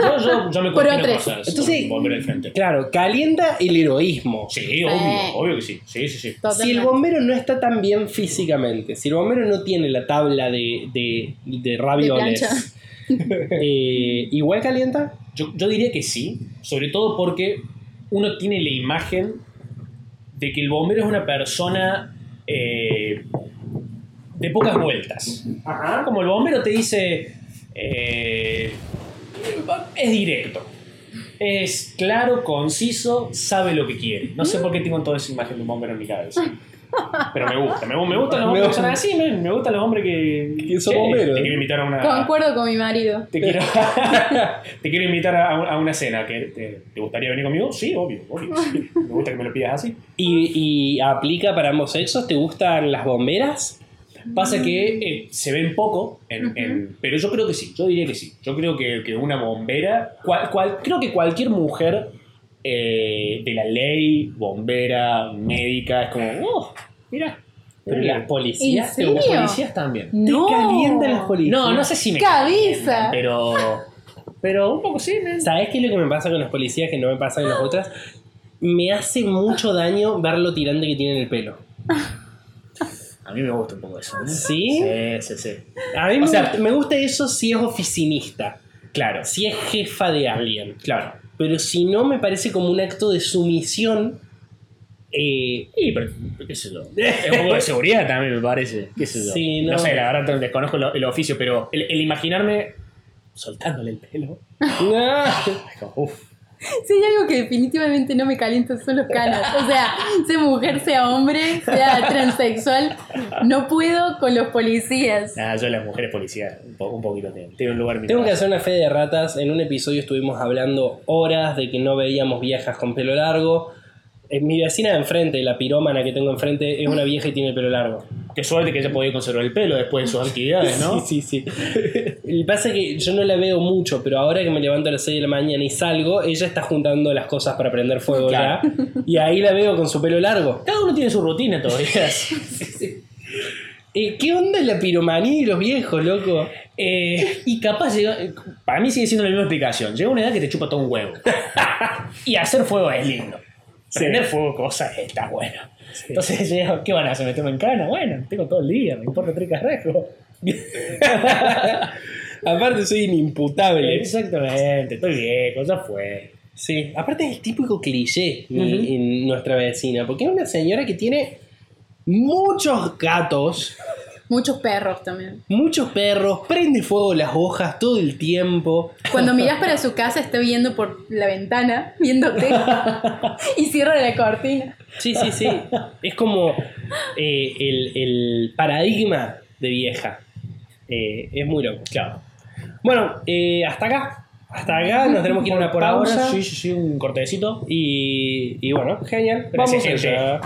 Speaker 4: Yo, yo, yo me
Speaker 5: Por
Speaker 4: cuestiono
Speaker 5: otro.
Speaker 4: cosas.
Speaker 3: Entonces-
Speaker 4: con Bombero del frente.
Speaker 3: Claro, calienta el heroísmo.
Speaker 4: Sí, obvio, obvio que sí. Sí, sí, sí.
Speaker 3: Si el
Speaker 5: Totalmente.
Speaker 3: bombero no está tan bien físicamente, si el bombero no tiene la tabla de, de, de
Speaker 5: *laughs*
Speaker 3: ravioles, *laughs* eh, igual calienta.
Speaker 4: Yo, yo diría que sí, sobre todo porque uno tiene la imagen de que el bombero es una persona eh, de pocas vueltas. Como el bombero te dice, eh, es directo, es claro, conciso, sabe lo que quiere. No sé por qué tengo toda esa imagen de un bombero en mi cabeza. Pero me gusta, me, me gustan los
Speaker 3: Me
Speaker 4: hombres que
Speaker 3: gusta.
Speaker 4: son así, men, me gustan los hombres que...
Speaker 3: Que son
Speaker 4: Che,
Speaker 3: bomberos. ¿eh?
Speaker 4: Te quiero invitar a una...
Speaker 5: Concuerdo con mi marido.
Speaker 4: Te quiero, *laughs* te quiero invitar a, un- a una cena. Que te, te gustaría venir conmigo? Sí, obvio, obvio. sí. Me gusta que me lo pidas así.
Speaker 3: Y, y aplica para ambos sexos. ¿Te gustan las bomberas?
Speaker 5: Mm.
Speaker 4: Pasa que eh, se ven poco, en- en- pero yo creo que sí, yo diría que sí. Yo creo que, que una bombera, cual, cual- creo que cualquier mujer eh, de la ley, bombera, médica, es como, oh, mira,
Speaker 3: Pero las policías.
Speaker 5: ¿En
Speaker 3: te
Speaker 4: los
Speaker 3: gustan.
Speaker 5: serio?
Speaker 4: policías también.
Speaker 5: No.
Speaker 3: Te calientan las policías.
Speaker 4: No, no sé si me...
Speaker 5: Cabeza.
Speaker 4: Pero, pero un poco sí, men.
Speaker 3: ¿Sabes qué es lo que me pasa con las policías que no me pasa con las otras? Me hace mucho daño ver lo tirante que tienen el pelo.
Speaker 4: A mí me gusta un poco eso. ¿no?
Speaker 3: ¿Sí?
Speaker 4: Sí, sí, sí.
Speaker 3: A mí me,
Speaker 4: O sea-
Speaker 3: gusta, me gusta eso si es oficinista,
Speaker 4: Claro.
Speaker 3: si es jefa de alguien.
Speaker 4: Claro.
Speaker 3: Pero si no, me parece como un acto de sumisión. eh,
Speaker 4: Sí, pero qué sé
Speaker 3: *laughs*
Speaker 4: yo. Es un poco de seguridad también, me parece. Qué sé yo.
Speaker 3: Sí, no.
Speaker 4: no sé, la verdad desconozco lo- el oficio, pero el, el imaginarme soltándole el pelo. *laughs* Ah. es como, uf.
Speaker 5: Si hay algo que definitivamente no me calienta son los canos. O sea, sea mujer, sea hombre, sea transexual, no puedo con los policías.
Speaker 4: Nada, yo las mujeres policías un, po- un poquito tengo. Tengo un lugar en mi
Speaker 3: tengo que
Speaker 4: corazón.
Speaker 3: hacer una fe de ratas. En un episodio estuvimos hablando horas de que no veíamos viejas con pelo largo. Eh, mi vecina de enfrente, la pirómana que tengo enfrente, es una vieja y tiene el pelo
Speaker 4: *laughs*
Speaker 3: largo.
Speaker 4: Qué suerte que haya podido conservar el pelo después de sus actividades, ¿no?
Speaker 3: *laughs* Sí, sí, sí. Y pasa que yo no la veo mucho, pero ahora que me levanto a las 6 de la mañana y salgo, ella está juntando las cosas para prender fuego
Speaker 4: Claro.
Speaker 3: ya. Y ahí la veo con su pelo largo.
Speaker 4: Cada uno tiene su rutina
Speaker 3: *laughs*
Speaker 4: todavía.
Speaker 3: Eh, ¿Qué onda la piromanía y los viejos, loco?
Speaker 4: Eh, y capaz llega- eh, Para mí sigue siendo la misma explicación. Llega una edad que te chupa todo un *laughs* huevo. y hacer fuego es lindo. Prender fuego cosas está bueno. Entonces llega, ¿qué van a hacer? ¿Meterme en cana? Bueno, tengo todo el día, me importa tres carrascos.
Speaker 3: Aparte soy
Speaker 4: Eh,
Speaker 3: inimputable.
Speaker 4: Exactamente, estoy viejo, ya fue.
Speaker 3: Sí, aparte es el típico cliché mi-
Speaker 4: Ujú.
Speaker 3: en nuestra vecina, porque es una señora que tiene muchos gatos,
Speaker 5: Muchos perros también.
Speaker 3: muchos perros, prende fuego las hojas todo el tiempo.
Speaker 5: Cuando miras para su casa, está viendo por la ventana,
Speaker 3: *laughs*
Speaker 5: viéndote, y cierra la cortina.
Speaker 3: Sí, sí,
Speaker 4: *laughs*
Speaker 3: sí. Es como eh, el, el paradigma de vieja. Eh, es muy loco.
Speaker 4: Claro.
Speaker 3: Bueno, eh, hasta acá. Hasta acá nos tenemos que ir a una por ahora.
Speaker 4: Sí, sí, sí, un cortecito.
Speaker 3: Y, y bueno, genial.
Speaker 4: Gracias,
Speaker 3: Vamos
Speaker 4: gente.
Speaker 3: allá.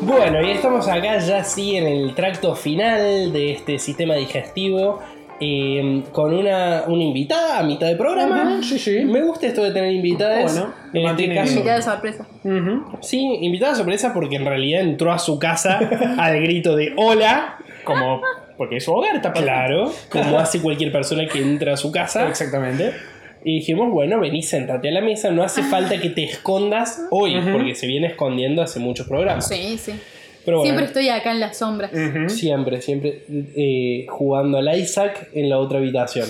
Speaker 3: Bueno, y estamos acá ya sí en el tracto final de este sistema digestivo. eh, con una, una invitada a mitad de programa.
Speaker 4: Ajá, sí, sí.
Speaker 3: Me gusta esto de tener invitadas.
Speaker 4: Bueno,
Speaker 3: en este
Speaker 4: mantiene-
Speaker 3: caso,
Speaker 5: Mirada de sorpresa.
Speaker 3: Sí, invitada sorpresa porque en realidad entró a su
Speaker 4: *laughs*
Speaker 3: casa al grito de hola,
Speaker 4: Como, porque es su hogar, está perfecto.
Speaker 3: claro, como hace cualquier persona que entra a su casa.
Speaker 4: Exactamente. Ah.
Speaker 3: Y dijimos, bueno, vení, sentate a la mesa, no hace falta que te escondas hoy,
Speaker 4: Ujú.
Speaker 3: porque se viene escondiendo hace muchos programas.
Speaker 5: Sí, sí.
Speaker 3: Pero bueno,
Speaker 5: Siempre estoy acá en las sombras.
Speaker 3: ¿Mm? siempre, siempre eh, jugando al Isaac en la otra *laughs* habitación.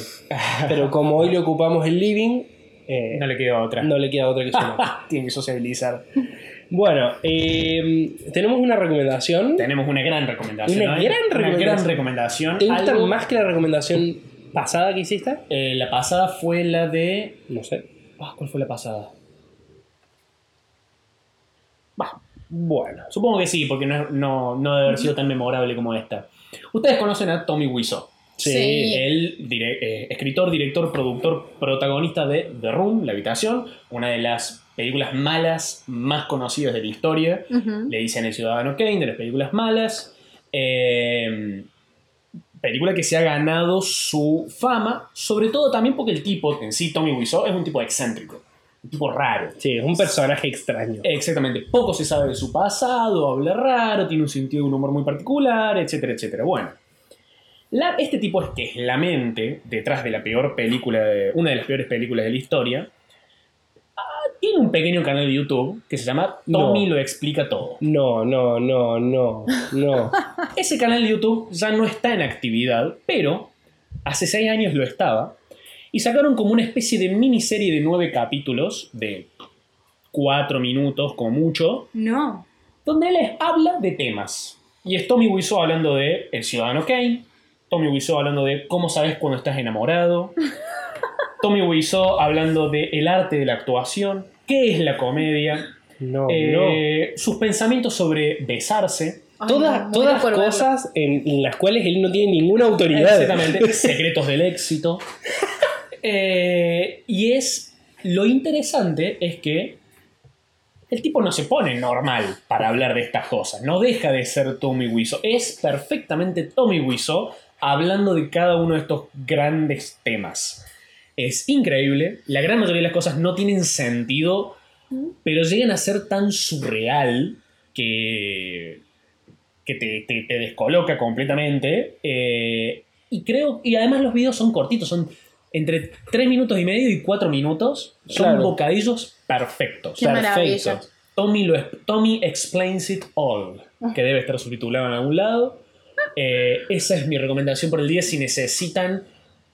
Speaker 3: Pero como hoy le ocupamos el living, eh,
Speaker 4: No le queda otra. *laughs*
Speaker 3: no le queda otra que sumar. *laughs*
Speaker 4: Tiene que sociabilizar.
Speaker 3: bueno, eh, tenemos una recomendación.
Speaker 4: Tenemos una gran recomendación.
Speaker 3: Una
Speaker 4: ¿no?
Speaker 3: gran recomendación.
Speaker 4: gran recomendación.
Speaker 3: ¿Te gusta
Speaker 4: Algo-
Speaker 3: más que la recomendación pasada que hiciste?
Speaker 4: Eh, la pasada fue la de.
Speaker 3: No sé.
Speaker 4: Ah, ¿Cuál fue la pasada?
Speaker 3: Bueno.
Speaker 4: Supongo que sí, porque no, no, no debe haber sido tan memorable como esta. Ustedes conocen a Tommy Wiseau,
Speaker 5: Sí.
Speaker 4: el dire- eh, escritor, director, productor, protagonista de The Room, La Habitación, una de las películas malas más conocidas de la historia.
Speaker 5: Ujú.
Speaker 4: Le dicen El Ciudadano Kane de las películas malas. Eh, película que se ha ganado su fama, sobre todo también porque el tipo en sí, Tommy Wiseau, es un tipo excéntrico, un tipo raro.
Speaker 3: Sí, es un personaje extraño.
Speaker 4: Exactamente, poco se sabe de su pasado, habla raro, tiene un sentido de un humor muy particular, etcétera, etcétera. Bueno, la- este tipo es que es la mente detrás de la peor película, de- una de las peores películas de la historia. Ah, Tiene un pequeño canal de YouTube que se llama Tommy
Speaker 3: No.
Speaker 4: lo explica todo.
Speaker 3: No, no, no, no, *laughs* no.
Speaker 4: Ese canal de YouTube ya no está en actividad, pero hace seis años lo estaba. Y sacaron como una especie de miniserie de nueve capítulos, de cuatro minutos como mucho,
Speaker 5: No.
Speaker 4: donde él les habla de temas. Y es Tommy Wiseau hablando de El Ciudadano Kane, Tommy Wiseau hablando de cómo sabes cuando estás enamorado, Tommy Wiseau hablando de el arte de la actuación, qué es la comedia,
Speaker 3: No,
Speaker 4: eh, sus pensamientos sobre besarse,
Speaker 5: Ay,
Speaker 3: no. Todas,
Speaker 5: no, muero
Speaker 3: todas
Speaker 5: por verlo.
Speaker 3: cosas en, en las cuales él no tiene ninguna autoridad.
Speaker 4: exactamente, secretos del éxito. Eh, y es lo interesante es que el tipo no se pone normal para hablar de estas cosas. No deja de ser Tommy Wiseau. Es perfectamente Tommy Wiseau hablando de cada uno de estos grandes temas. Es increíble. La gran mayoría de las cosas no tienen sentido, pero llegan a ser tan surreal que, que te, te- te descoloca completamente. Eh, y creo, y además los videos son cortitos, son entre 3 minutos y medio y 4 minutos. Son
Speaker 3: Claro.
Speaker 4: bocadillos perfectos.
Speaker 5: Qué maravilla.
Speaker 4: Tommy, lo, Tommy Explains It All, que debe estar subtitulado en algún lado. Eh, esa es mi recomendación por el día si necesitan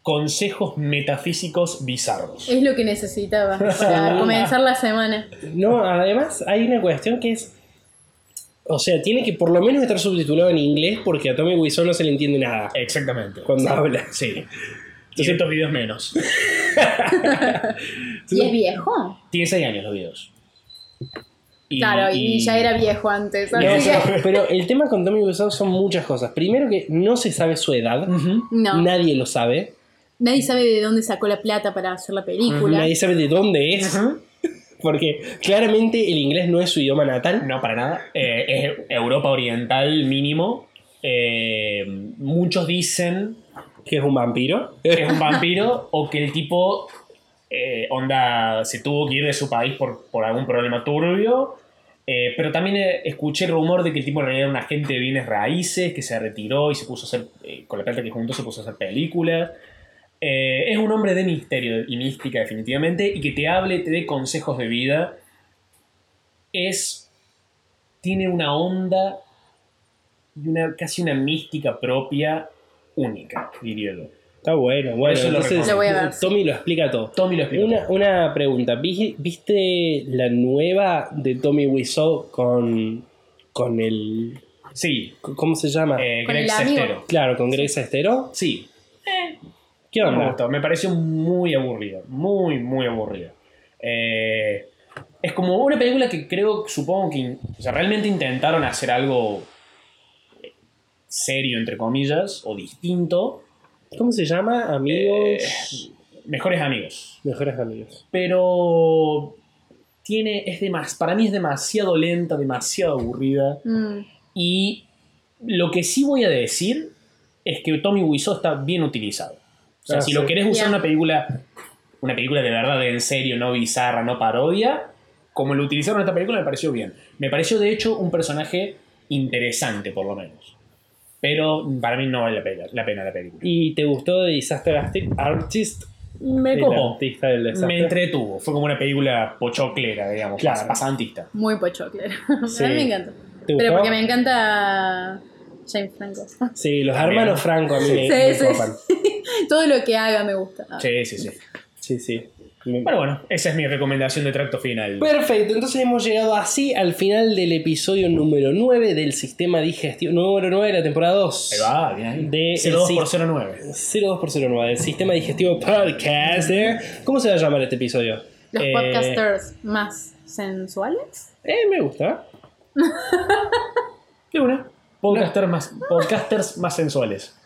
Speaker 4: consejos metafísicos bizarros.
Speaker 5: Es lo
Speaker 3: *laughs*
Speaker 5: que necesitaba para comenzar la semana.
Speaker 3: No, además hay una cuestión que es. O sea, tiene que por lo menos estar subtitulado en inglés porque a Tommy Wiseau no se le entiende nada
Speaker 4: Exactamente.
Speaker 3: cuando habla.
Speaker 4: Sí. 200 videos menos.
Speaker 5: Y es viejo.
Speaker 4: Tiene 6 años los videos. Y-
Speaker 5: Claro, y, ya era viejo antes.
Speaker 3: No,
Speaker 5: así que-
Speaker 3: pero, pero el tema con Tommy Wiseau son muchas cosas. Primero que no se sabe su edad.
Speaker 4: Ujú.
Speaker 5: No.
Speaker 3: Nadie lo sabe.
Speaker 5: Nadie sabe de dónde sacó la plata para hacer la película.
Speaker 3: Nadie sabe de dónde es. Porque claramente el inglés no es su idioma natal.
Speaker 4: No, para nada. Eh, es Europa Oriental mínimo. Eh, muchos dicen
Speaker 3: Que es un vampiro.
Speaker 4: que es un vampiro o que el tipo eh, onda se tuvo que ir de su país por, por algún problema turbio. Eh, pero también eh, escuché el rumor de que el tipo en realidad era un agente de bienes raíces, que se retiró y se puso a hacer, eh, con la plata que juntó, se puso a hacer películas. Eh, es un hombre de misterio y mística definitivamente, y que te hable, te dé consejos de vida. Es... Tiene una onda y una, casi una mística propia única, diría yo.
Speaker 3: Está bueno, bueno.
Speaker 4: Eso lo
Speaker 3: entonces,
Speaker 4: recomiendo.
Speaker 5: Lo voy a ver, sí.
Speaker 3: Tommy lo explica todo.
Speaker 4: Tommy lo explica.
Speaker 3: Una, una pregunta. ¿Vi- ¿Viste la nueva de Tommy Wiseau con, con el.
Speaker 4: Sí,
Speaker 3: ¿Cómo se llama?
Speaker 4: eh,
Speaker 5: Con
Speaker 4: Greg
Speaker 5: el amigo. Eh.
Speaker 4: Sestero.
Speaker 3: claro, con Greg Sestero.
Speaker 4: Sí,
Speaker 3: ¿Qué
Speaker 4: no me
Speaker 3: onda?
Speaker 4: gustó. Me pareció muy aburrida. Muy, muy aburrida. Eh, es como una película que creo, supongo que in- o sea, realmente intentaron hacer algo eh, serio, entre comillas, o distinto. Eh,
Speaker 3: ¿Cómo se llama? Amigos.
Speaker 4: Mejores amigos.
Speaker 3: Mejores amigos.
Speaker 4: Pero tiene, es demas, para mí es demasiado lenta, demasiado aburrida.
Speaker 5: Mm.
Speaker 4: Y lo que sí voy a decir es que Tommy Wiseau está bien utilizado. O sea,
Speaker 3: Ah,
Speaker 4: si
Speaker 3: sí.
Speaker 4: lo querés usar
Speaker 5: Ya.
Speaker 4: una película, una película de verdad, de en serio, no bizarra, no parodia, como lo utilizaron en esta película me pareció bien. Me pareció de hecho un personaje interesante, por lo menos. Pero para mí no vale la pena la, pena la película.
Speaker 3: ¿Y te gustó de Disaster Arti- Artist?
Speaker 4: Me
Speaker 3: El
Speaker 4: copó.
Speaker 3: artista del desastre.
Speaker 4: Me entretuvo. Fue como una película pochoclera, digamos,
Speaker 3: Claro.
Speaker 4: pas- pasantista.
Speaker 5: Muy pochoclero.
Speaker 3: Sí.
Speaker 5: *laughs* A mí me encanta.
Speaker 3: ¿Te
Speaker 5: Pero
Speaker 3: gustó?
Speaker 5: porque me encanta James Franco.
Speaker 3: Sí, los
Speaker 4: También.
Speaker 3: hermanos Franco a mí me,
Speaker 5: Sí,
Speaker 3: me
Speaker 5: sí.
Speaker 3: copan.
Speaker 5: *laughs* Todo lo que haga me gusta.
Speaker 4: Sí, sí, sí.
Speaker 3: Sí, sí. Me-
Speaker 4: Pero bueno, esa es mi recomendación de tracto final.
Speaker 3: Perfecto, entonces hemos llegado así al final del episodio número 9 del sistema digestivo. Número 9 de la temporada 2.
Speaker 4: Ahí va, bien ahí.
Speaker 3: De-
Speaker 4: 02
Speaker 3: sí.
Speaker 4: por 09.
Speaker 3: 02x09 del sistema digestivo podcast. ¿eh? ¿Cómo se va a llamar este episodio?
Speaker 5: Los
Speaker 4: Eh,
Speaker 5: podcasters más sensuales.
Speaker 3: Eh, me gusta.
Speaker 4: De una. Podcasters, más, podcasters más sensuales.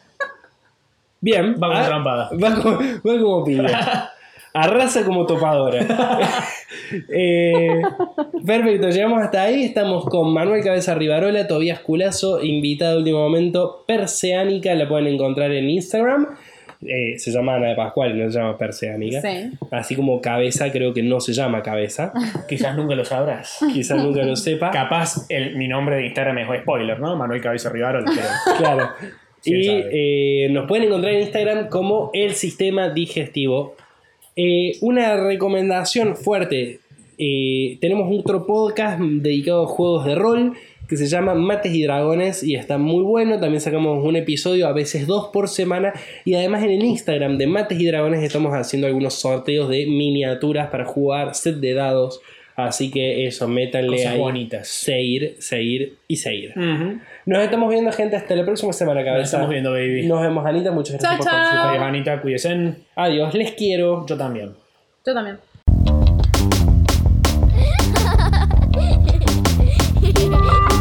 Speaker 3: Bien.
Speaker 4: Va como
Speaker 3: Ah,
Speaker 4: trampada.
Speaker 3: Va como, va como piña. Arrasa como topadora. Eh, perfecto, llegamos hasta ahí. Estamos con Manuel Cabeza Rivarola, Tobías Culazo, invitada de último momento, Perseánica. La pueden encontrar en Instagram. Eh, se llama Ana de Pascual, no se llama Perseánica.
Speaker 5: Sí.
Speaker 3: Así como Cabeza, creo que no se llama Cabeza.
Speaker 4: Quizás nunca lo sabrás.
Speaker 3: *laughs* Quizás nunca lo
Speaker 4: *laughs*
Speaker 3: sepa.
Speaker 4: Capaz el, mi nombre de Instagram es spoiler, ¿no? Manuel Cabeza Rivaro. pero-
Speaker 3: *laughs* Claro.
Speaker 4: Sí,
Speaker 3: y
Speaker 4: sabe.
Speaker 3: eh, nos pueden encontrar en Instagram como el sistema digestivo. Eh, una recomendación fuerte. eh, tenemos otro podcast dedicado a juegos de rol que se llama Mates y Dragones y está muy bueno. También sacamos un episodio, a veces dos por semana. Y además en el Instagram de Mates y Dragones estamos haciendo algunos sorteos de miniaturas para jugar, set de dados. Así que eso, métanle
Speaker 4: Cosas
Speaker 3: ahí.
Speaker 4: bonitas.
Speaker 3: Seguir, seguir y seguir.
Speaker 4: Ujú.
Speaker 3: Nos estamos viendo, gente. Hasta la próxima semana, cabeza.
Speaker 4: Nos estamos viendo, baby.
Speaker 3: Nos vemos, Anita. Muchas gracias
Speaker 5: Chao,
Speaker 3: por
Speaker 5: chao.
Speaker 3: participar.
Speaker 4: Adiós, Anita, cuídense.
Speaker 3: Adiós, les quiero.
Speaker 4: Yo también.
Speaker 5: Yo también.
Speaker 6: Ha ha ha!